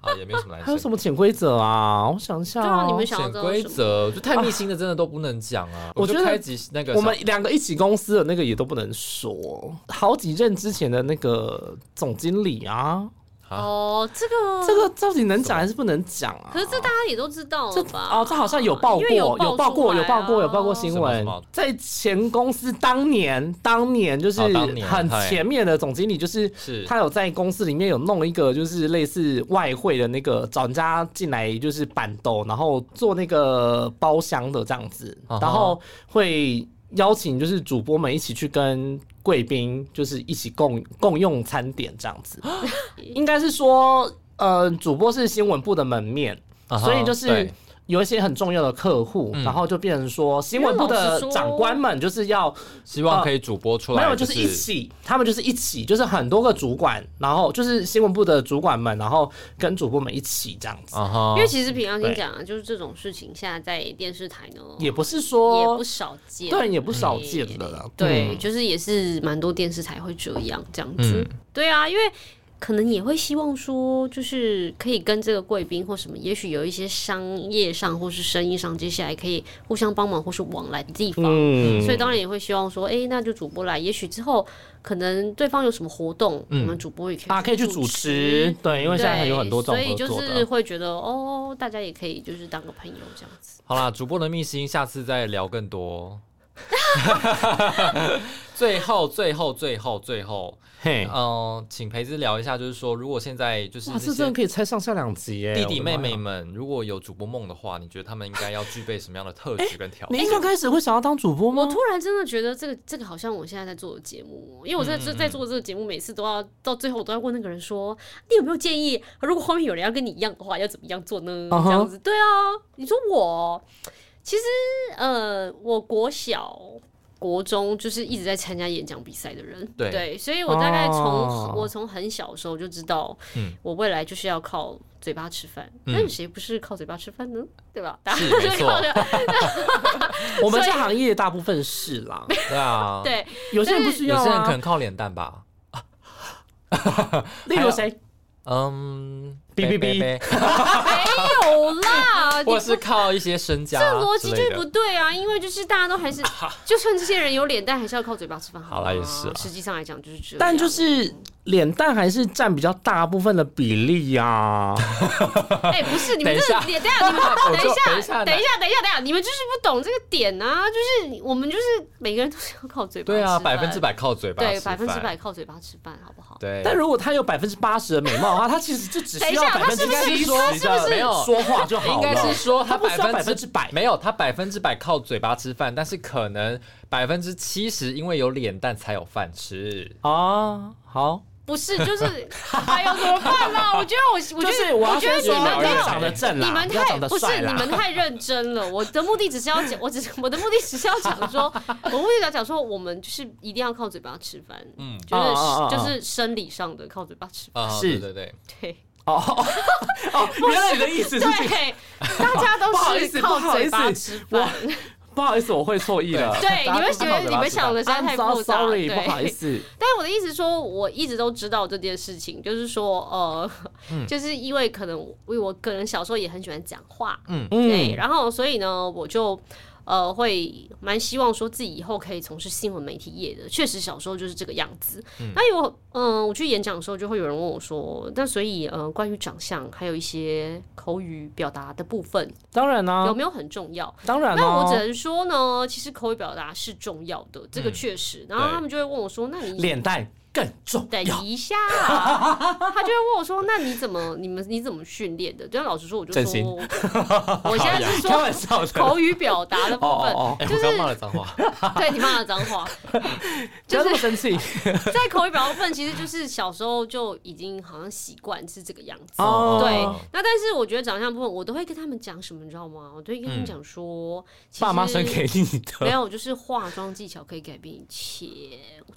啊也没有什么男
还有什
生。
么潜规则啊？我想一下
就
哦，
让你们想要
潜
知道
规
是什么。
则就太秘辛的，真的都不能讲啊！
啊我
们
觉
就
得
开集那个
我
小
们两个一起公司的那个也都不能说，好几任之前的那个总经理啊，
啊，
哦，这个
这个到底能讲还是不能讲啊？
可是这大家也都知道
这
了吧？
哦，这好像有报过，
因为有
有报过，
出来
有
啊
报过，有报过新闻
什么什么，
在前公司当年，当年就是
哦当年
很
嗨
前面的总经理，就是
是
他有在公司里面有弄一个，就是类似外汇的那个找人家进来，就是板豆，然后做那个包厢的这样子，
啊哈
然后会邀请就是主播们一起去跟贵宾，就是一起共共用餐点这样 子，应该是说，呃，主播是新闻部的门面。
啊哈
所以就是
对
有一些很重要的客户，
嗯
然后就变成说新闻部
因为老
的
实说
长官们就是要
希望可以主播出
呃没
来，
有就是一起，他们就是一起，就是很多个主管，然后就是新闻部的主管们，然后跟主播们一起这样子，
啊哈，
因为其实平常心
对
讲啊，就是这种事情现在在电视台呢
也不是
也
说
不少见，
对，也不少见的啦。
对，
嗯，
就是也是蛮多电视台会这样这样子。
嗯
对啊，因为可能也会希望说，就是可以跟这个贵宾或什么，也许有一些商业上或是生意上，接下来可以互相帮忙或是往来的地方。
嗯
所以当然也会希望说，哎、那就主播来，也许之后可能对方有什么活动，我们主播也可以
啊，可以去主持，对，因为现在还有很多这
对
种
所以
合
就
作
是
的。
会觉得哦，大家也可以就是当个朋友这样子。
好啦，主播的秘辛，下次再聊更多。最后，最后，最后，最后，
嘿
嗯、，请培之聊一下，就是说，如果现在就是
哇，这
这
真的
些
可以拆上下两集耶！
弟
我
弟
的
妹
妈
妹
呀，
们，如果有主播梦的话，你觉得他们应该要具备什么样的特质跟条
你
件？
一刚开始会想要当主播
我
哦
吗？
突然真的觉得这个这个好像我现在在做的节目哦，因为我
嗯
在这在做这个节目，每次都要到最后我都要问那个人说，你有没有建议？如果后面有人要跟你一样的话，要怎么样做呢？
嗯哼
这样子，对啊，你说我其实呃，我国小。国中就是一直在参加演讲比赛的人，
对啊
所以我大概从、
哦
我从很小的时候就知道
嗯，
我未来就是要靠嘴巴吃饭。
嗯
但谁不是靠嘴巴吃饭呢？对吧？大家
是
都
没
是
错
靠着
我们这行业大部分是 啦，
对啊，
对，
有些人不需
有
要
些人可
啊
能。靠脸蛋吧，
例如谁？
嗯，
哔哔哔
呗，呗
没有啦，
或是靠一些身家，
这逻辑就是不。对啊，因为就是大家都还是，就算这些人有脸蛋，还是要靠嘴巴吃饭。
啊好啦也是啦
实际上来讲就是这样。
但就是脸蛋还是占比较大部分的比例呀、
哎，不是你们
等一
这
下
个脸蛋，你 们
我
等一
就等一
下，等一
下
下，等一下，等一下，你们就是不懂这个点啊！就是我们就是每个人都是要靠嘴巴。
对啊，百分之，百靠嘴巴，
对，百分之百，靠嘴巴吃饭，好不好？
对。
但如果他有百分之八十的美貌的话，他其实就只需要
等一下
百分之
他是不
七
是
十
他是不是
的
没有
说话就好
应
了。
该是说
他不需
哦百
要
分
百分之百，
没有，他百分之百靠嘴巴吃饭，但是可能百分之七十因为有脸蛋才有饭吃。
啊，好，
不是，就是，哎呦，怎么办啦？我觉得我，我觉
就
得，
是我要
觉
先
得你
说
们没
要
有
长得正啦，
你们
不要
太
长得
不是
帅啦
你们太认 真了。我的目的只是要讲，我只是我的目的只是要讲说，我的目的要讲说，我们就是一定要靠嘴巴吃饭，
嗯
就是
哦哦哦哦
就是生理上的靠嘴巴吃饭。
啊，
是
对对对，
对
哦哦哦， 原来你的意思是这个，
对，大家
不好
都
意
是
思
靠
不好意思
嘴巴吃
我
饭。
不好意思，我会错意了。
对
大家
你们
都
觉
看到
得
嘴
你
巴
们
吃
想的
饭
实
I'm
在太
so
复杂
Sorry，
对
不好意思。
但我的意思说，我一直都知道这件事情，就是说，呃，
嗯
就是因为可能我我可能小时候也很喜欢讲话， 对，
嗯，
然后所以呢，我就呃会蛮希望说自己以后可以从事新闻媒体业的。确实小时候就是这个样子。那有嗯、我去演讲的时候，就会有人问我说，那所以呃，关于长相还有一些口语表达的部分，
当然
有
啦，
没有很重要？
当然
那我只
啦，
能说呢，其实口语表达是重要的，这
嗯
个确实。然后他们就会问我说：“那你
脸蛋更重
等
要。
一下，他就会问我说：“那你怎么你们你怎么训练的？”就老实说，我就
振兴
说，我现在是
开
说
玩笑的，
口语表达的部
哦
分，
哦哦，哦
哎，
就
我
是
刚骂了脏 话，
对你骂了脏话，
不要这么生气
在口语表达部分，其实就是小时候就已经好像习惯是这个样子。
哦。
对，那但是我觉得长相部分，我都会跟他们讲什么，你知道吗？我都会跟他们讲说，其实
爸妈生给你
没
的，
有，就是化妆技巧可以改变一切，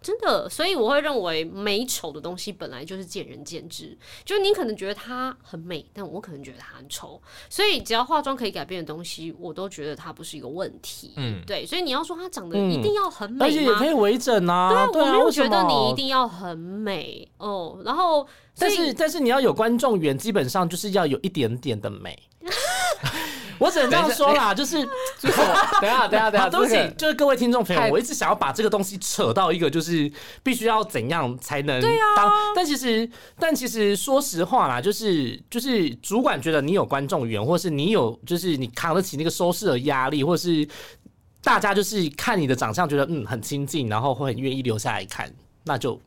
真的。所以我会认为美丑的东西本来就是见仁见智，就是你可能觉得它很美，但我可能觉得它很丑。所以只要化妆可以改变的东西，我都觉得它不是一个问题。
嗯，
对，所以你要说它长得
嗯
一定要很
而
美
且也
吗？
可以微整啊。对
我
啊，
没有
为
觉
什
得
么
你一定要很美哦。然后，所
但
以
是但是你要有观众缘，基本上就是要有一点点的 美。我只能这样说啦，就是就是我
等一下等一下等一下，
好对不
啊这
起
个，
就是各位听众朋友
太，
我一直想要把这个东西扯到一个，就是必须要怎样才能当。但其实，但其实说实话啦，就是就是主管觉得你有观众缘，或是你有就是你扛得起那个收视的压力，或是大家就是看你的长相觉得嗯很亲近，然后会很愿意留下来看，那就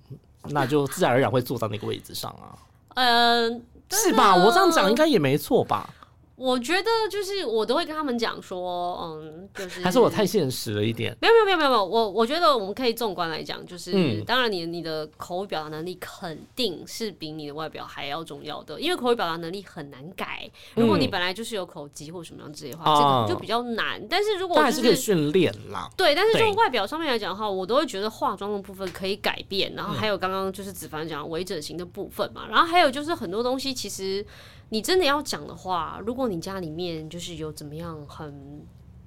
那就自然而然会坐到那个位置上啊，
嗯、
是吧？我这样讲应该也没错吧？
我觉得就是我都会跟他们讲说，嗯，就是
还是我太现实了一点？
没有没有没有没有没有，我我觉得我们可以纵观来讲，就是、
嗯
当然你你的口语表达能力肯定是比你的外表还要重要的，因为口语表达能力很难改。如果你
嗯
本来就是有口疾或什么样之类的话，
啊
这个就比较难。但是如果
但还
就是
可以训练啦。
对，但是
对
就外表上面来讲的话，我都会觉得化妆的部分可以改变，然后还有刚刚就是子凡讲的微整形的部分嘛，然后还有就是很多东西，其实你真的要讲的话，如果你家里面就是有怎么样很。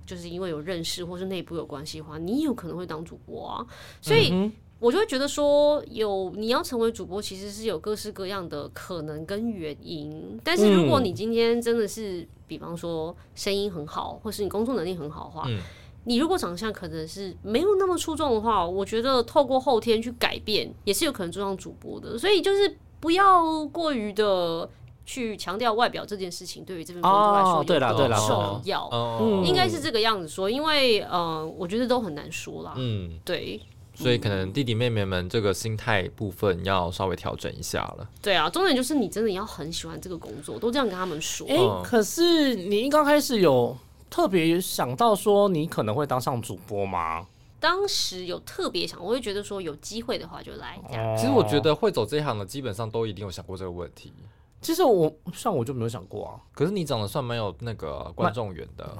就是因为有认识或是内部有关系的话，你有可能会当主播啊，所以
嗯
我就会觉得说，有你要成为主播，其实是有各式各样的可能跟原因。但是如果
嗯
你今天真的是，比方说声音很好，或是你工作能力很好的话，
嗯
你如果长相可能是没有那么出众的话，我觉得透过后天去改变，也是有可能做上主播的。所以就是不要过于的去强调外表这件事情，对于这份工作来说有
啊
哦
多
对啦对啦
重要，
哦，
嗯
应该是这个样子说，因为呃，我觉得都很难说啦。
嗯。
对
所以可能弟弟妹妹们这个心态部分要稍微调整一下了。
对啊，重点就是你真的要很喜欢这个工作，都这样跟他们说。
哎、
嗯
可是你一刚开始有特别想到说你可能会当上主播吗？
当时有特别想，我会觉得说有机会的话就来这样。
哦其实我觉得会走这一行的，基本上都一定有想过这个问题。
其实我像我就没有想过啊，
可是你长得算蛮有那个观众缘的，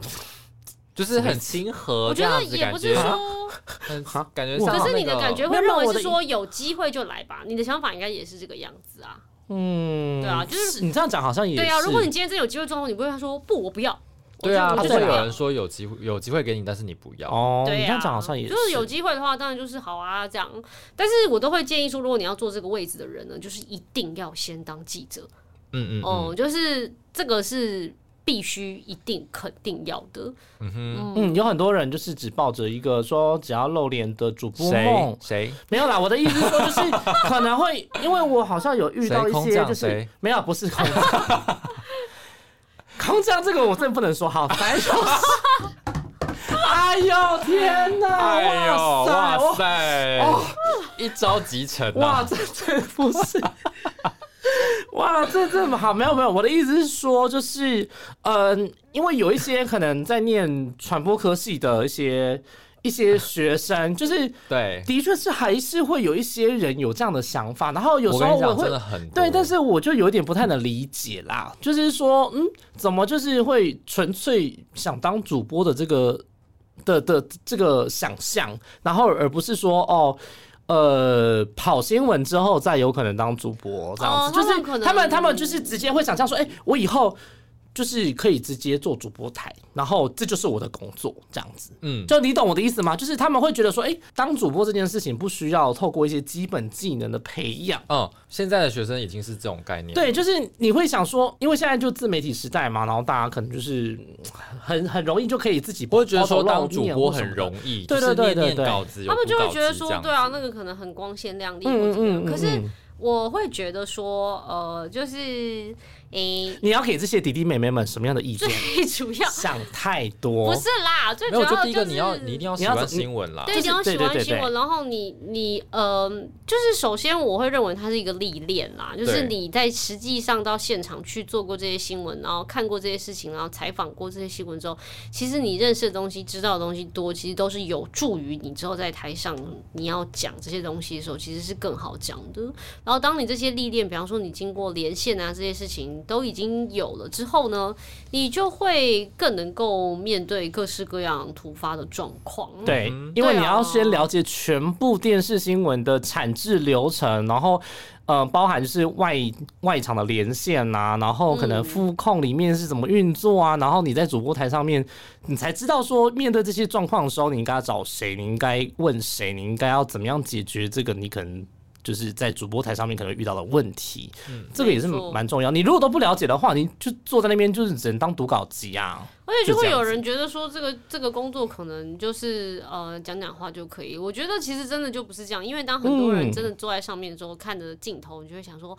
就是很亲和
哦
我
这
觉
样
得
子
也
感
不
觉
是， 说，
很
哈
感觉像
可是
那
你的
个
感觉
没
会
哦有没有
认为
我的
是说有机会就来吧，你的想法应该也是这个样子啊。
嗯，
对啊就是
你这样讲好像也是
对啊，如果你今天真有机会撞到，你不会说不，我不要。
对啊，
我
就
就
对
哎
是
啊
会
我
有
不要
人说有机会有机会给你，但是你不要。
哦，
对啊，
你这样讲好像也是，
就是有机会的话，当然就是好啊这样。但是我都会建议说，如果你要做这个位置的人呢，就是一定要先当记者。
嗯嗯
哦、
嗯
就是这个是必须一定肯定要的。
嗯哼，
嗯，有很多人就是只抱着一个说只要露脸的主播
谁
梦，
谁
没有啦，我的意思是说， 就是可能会，因为我好像有遇到
谁
一
空
些
降
就是
谁
没有，不是空降， 空降这个我真的不能说好，反正就是，哎呦天哪，
哎呦
哇塞，
哇
哇
塞
哦，
一招即成
哇，
啊！
这这不是。 哇，这这么好，没有没有，我的意思是说，就是，嗯、因为有一些可能在念传播科系的一些一些学生，就是
对，
的确是还是会有一些人有这样的想法，然后有
我
时
跟
候
你
我
讲，
会
真的很
对，
多
但是我就有点不太能理解啦，就是说，嗯，怎么就是会纯粹想当主播的这个的的这个想象，然后而不是说哦。呃，跑新闻之后再有可能当主播这样
哦
子，就
他
是
们可能
他们他们就是直接会想象说，哎、我以后就是可以直接做主播台，然后这就是我的工作这样子。
嗯，
就你懂我的意思吗？就是他们会觉得说，哎、当主播这件事情不需要透过一些基本技能的培养，
嗯，现在的学生已经是这种概念，，
对，就是你会想说，因为现在就自媒体时代嘛，然后大家可能就是嗯很很容易就可以自己
我
抛
会觉得
头
说
露
当
面或什
主
么的，
播很容易，
对
就是
对
念
对对
念
对
稿子，有
他们就
读
会
稿
觉得
子
说
这，样
对啊，那个可能很光鲜亮丽或
嗯
怎么样。
嗯嗯
可是
嗯
我会觉得说，呃，就是诶、
你要给这些弟弟妹妹们什么样的意见？
最主要
想太多，
不是啦，最
没
主
有，
要
就第一个
是
你要你一定要
你
喜
要
欢
怎
新闻啦，
对，
就
你要
是对
喜
对
欢
对
新
对
闻，然后你你呃，就是首先我会认为它是一个历练啦，就是
对
你在实际上到现场去做过这些新闻，然后看过这些事情，然后采访过这些新闻之后，其实你认识的东西、知道的东西多，其实都是有助于你之后在台上你要讲这些东西的时候，其实是更好讲的。然后当你这些历练，比方说你经过连线啊这些事情都已经有了之后呢，你就会更能够面对各式各样突发的状况。
对，因为
对
你要
啊
先了解全部电视新闻的产制流程，然后。呃，包含就是外外场的连线呐、然后可
嗯
能副控里面是怎么运作啊，然后你在主播台上面，你才知道说面对这些状况的时候，你应该要找谁，你应该问谁，你应该要怎么样解决这个你可能就是在主播台上面可能遇到的问题，这个也是
嗯没错
蛮重要。你如果都不了解的话，你就坐在那边就是只能当读稿机啊。
而且就
就这
会
样
有
子
人觉得说，这个这个工作可能就是呃讲讲话就可以。我觉得其实真的就不是这样，因为当很多人
嗯
真的坐在上面之后，看着镜头，你就会想说，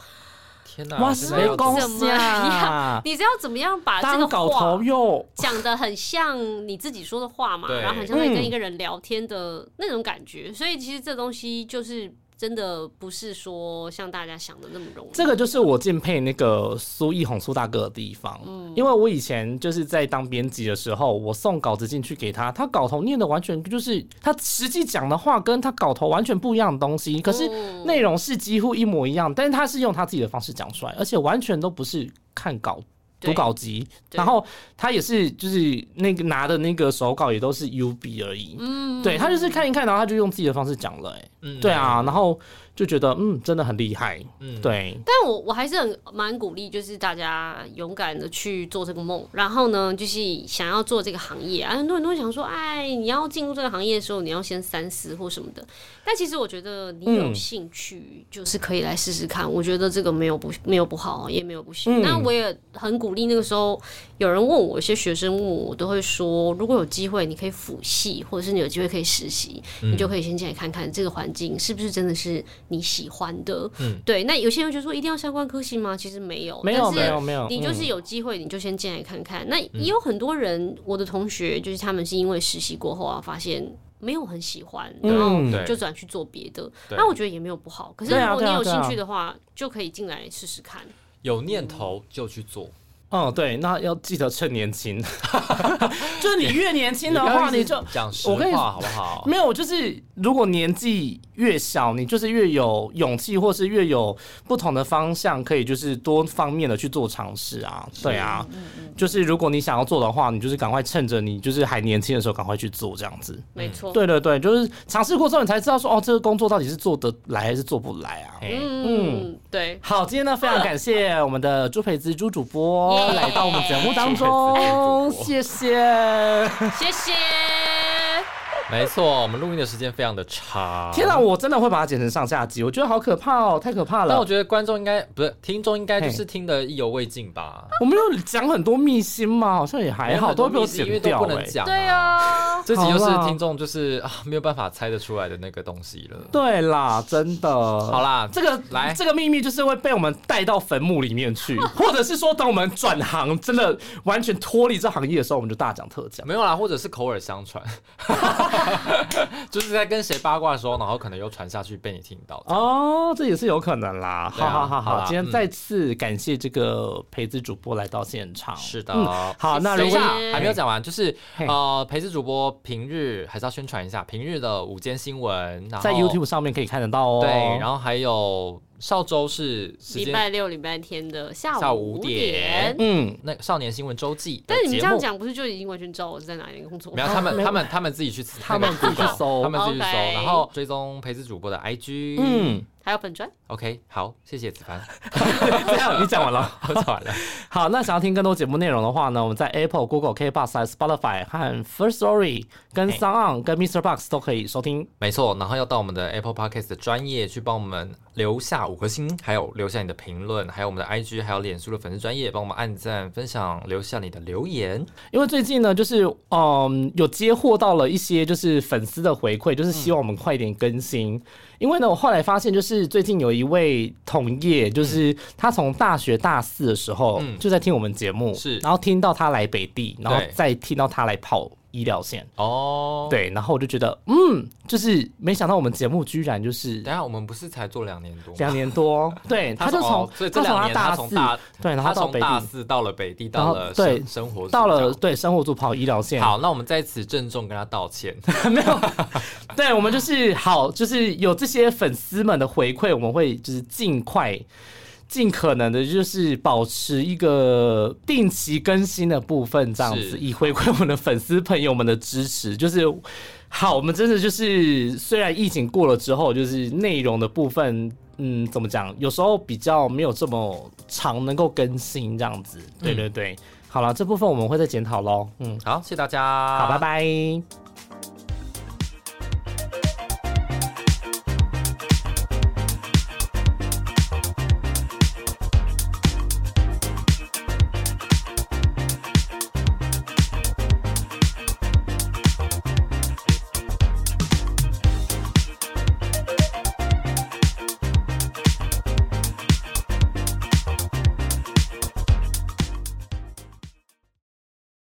天
啊
哪，
哇
现
塞
在要，
公
怎
司
么样
啊，
你是要怎么样把啊这
当
个
搞
话
头用。
讲的很像你自己说的话嘛，
对
然后很像在跟
嗯
一个人聊天的那种感觉。所以其实这东西就是真的不是说像大家想的那么容易。
这个就是我敬佩那个苏奕宏苏大哥的地方，
嗯
因为我以前就是在当编辑的时候，我送稿子进去给他，他稿头念的完全就是他实际讲的话跟他稿头完全不一样的东西，可是
嗯
内容是几乎一模一样，但是他是用他自己的方式讲出来，而且完全都不是看稿。
对
读稿集，
对
然后他也是就是那个拿的那个手稿也都是 U B 而已，
嗯
对他就是看一看，然后他就用自己的方式讲了、欸，
嗯
对，啊，然后就觉得嗯真的很厉害，
嗯，
对，
但我我还是很蛮鼓励，就是大家勇敢的去做这个梦，然后呢，就是想要做这个行业啊，很多人都会想说，哎，你要进入这个行业的时候，你要先三思或什么的。但其实我觉得你有
嗯
兴趣，就是可以来试试看。我觉得这个没有不没有不好，也没有不行。
嗯
那我也很鼓励，那个时候有人问我，有些学生问我，我都会说，如果有机会，你可以辅系，或者是你有机会可以实习，你
嗯
就可以先进来看看这个环境是不是真的是你喜欢的。
嗯
对，那有些人就说一定要相关科系吗？其实没有，
没有
但
没
是
有没有，
你
嗯
就是有机会，你就先进来看看。那也有很多人，我的同学就是他们是因为实习过后啊，发现没有很喜欢，然后
嗯
对
就转去做别的。
对
那我觉得也没有不好。可是
对啊
如果你
对啊
有
对
兴
啊
趣的话，就可以进来试试看。
有念头就去做，
哦，对，那要记得趁年轻， 就是你越年轻的
不要
话，
一直
你就
讲实
我跟你
话好不 好？
没有，就是如果年纪越小，你就是越有勇气，或是越有不同的方向，可以就是多方面的去做尝试啊。对啊，就是如果你想要做的话，你就是赶快趁着你就是还年轻的时候，赶快去做这样子。
嗯
没错，
对对对，就是尝试过之后，你才知道说哦，这个工作到底是做得来还是做不来啊。
哎
嗯， 对，
好，今天呢非常感谢我们的朱培姿朱主播
耶
来到我们节目当
朱培姿
中，
朱主播
谢谢。
谢谢。
没错，我们录音的时间非常的长，
天哪，！我真的会把它剪成上下集，我觉得好可怕哦，太可怕
但我
了。
觉得观众应该不是听众，应该就是听得意犹未尽吧？
我们有讲很多秘辛嘛，好像也还好，都
多
被我
因为都
剪掉哎
不
了、
能讲、
对。啊，
这集就
好
是
啦
听众就是啊没有办法猜得出来的那个东西了。
对啦，真的。
好
好，
啦，
这个
来
这个秘密就是会被我们带到坟墓里面去，或者是说，等我们转行，真的完全脱离这行业的时候，我们就大讲特讲。
没有啦，或者是口耳相传， 就是在跟谁八卦的时候，然后可能又传下去被你听到。
哦，这也是有可能啦。
对
好
啊
好好
好啦
好，今
嗯
天再次感谢这个培子主播来到现场。
是的，
嗯好，那
等一
如果
下
你
还没有讲完，就是
嘿
呃，培子主播平日还是要宣传一下平日的午间新闻，然后
在 YouTube 上面可以看得到哦。
对，然后还有少周是时
礼
间
拜六、礼拜天的下
下午
午
五
五
点
点。
嗯，
那少年新闻周记的
但是你
节
这样
目
讲，不是就已经完全知道我是在哪里工作
没
吗？
有，他们
哦没有
他们他们自己去，
他们自己去搜
他们自己去搜，
OK
然后追踪培子主播的 IG。
嗯，
还有本专，
，OK，好，谢谢子凡，
这哎样你讲完了。
我讲完了。
好，那想要听更多节目内容的话呢，我们在 Apple、Google、K Bus、Spotify 和 First Story、跟
嘿
Sound On、跟 Mr. Box 都可以收听。
没错，然后要到我们的 Apple Podcast 的专业去帮我们留下五颗星，还有留下你的评论，还有我们的 IG，还有脸书的粉丝专业，帮我们按赞、分享，留下你的留言。
因为最近呢，就是嗯，有接获到了一些就是粉丝的回馈，就是希望我们快点更新。因为呢，我后来发现，就是最近有一位同业，就是他从大学大四的时候
嗯
就在听我们节目，
是
然后听到他来北地，然后
对
再听到他来跑医疗线，
哦，，
对，然后我就觉得，嗯，就是没想到我们节目居然就是
等一下我们不是才做两年多吗？
两 年多，对，
他
他就从
哦所以这
他从
两
他
年他
大
从
四，
大
对，然后
他
到
从
北
大
地，
四到了北地，
然
到
后
了
对
生生活组
到
这
了
样
对生活组跑医疗线，
好，那我们在此郑重跟他道歉。
对我们就是好，就是有这些粉丝们的回馈，我们会就是尽快。尽可能的，就是保持一个定期更新的部分，这样
是
子以回馈我们的粉丝朋友们的支持。就是好，我们真的就是虽然疫情过了之后，就是内容的部分，嗯，怎么讲，有时候比较没有这么长能够更新这样子。对对对，好了，这部分我们会再检讨喽。嗯，
好，谢谢大家，
好，拜。拜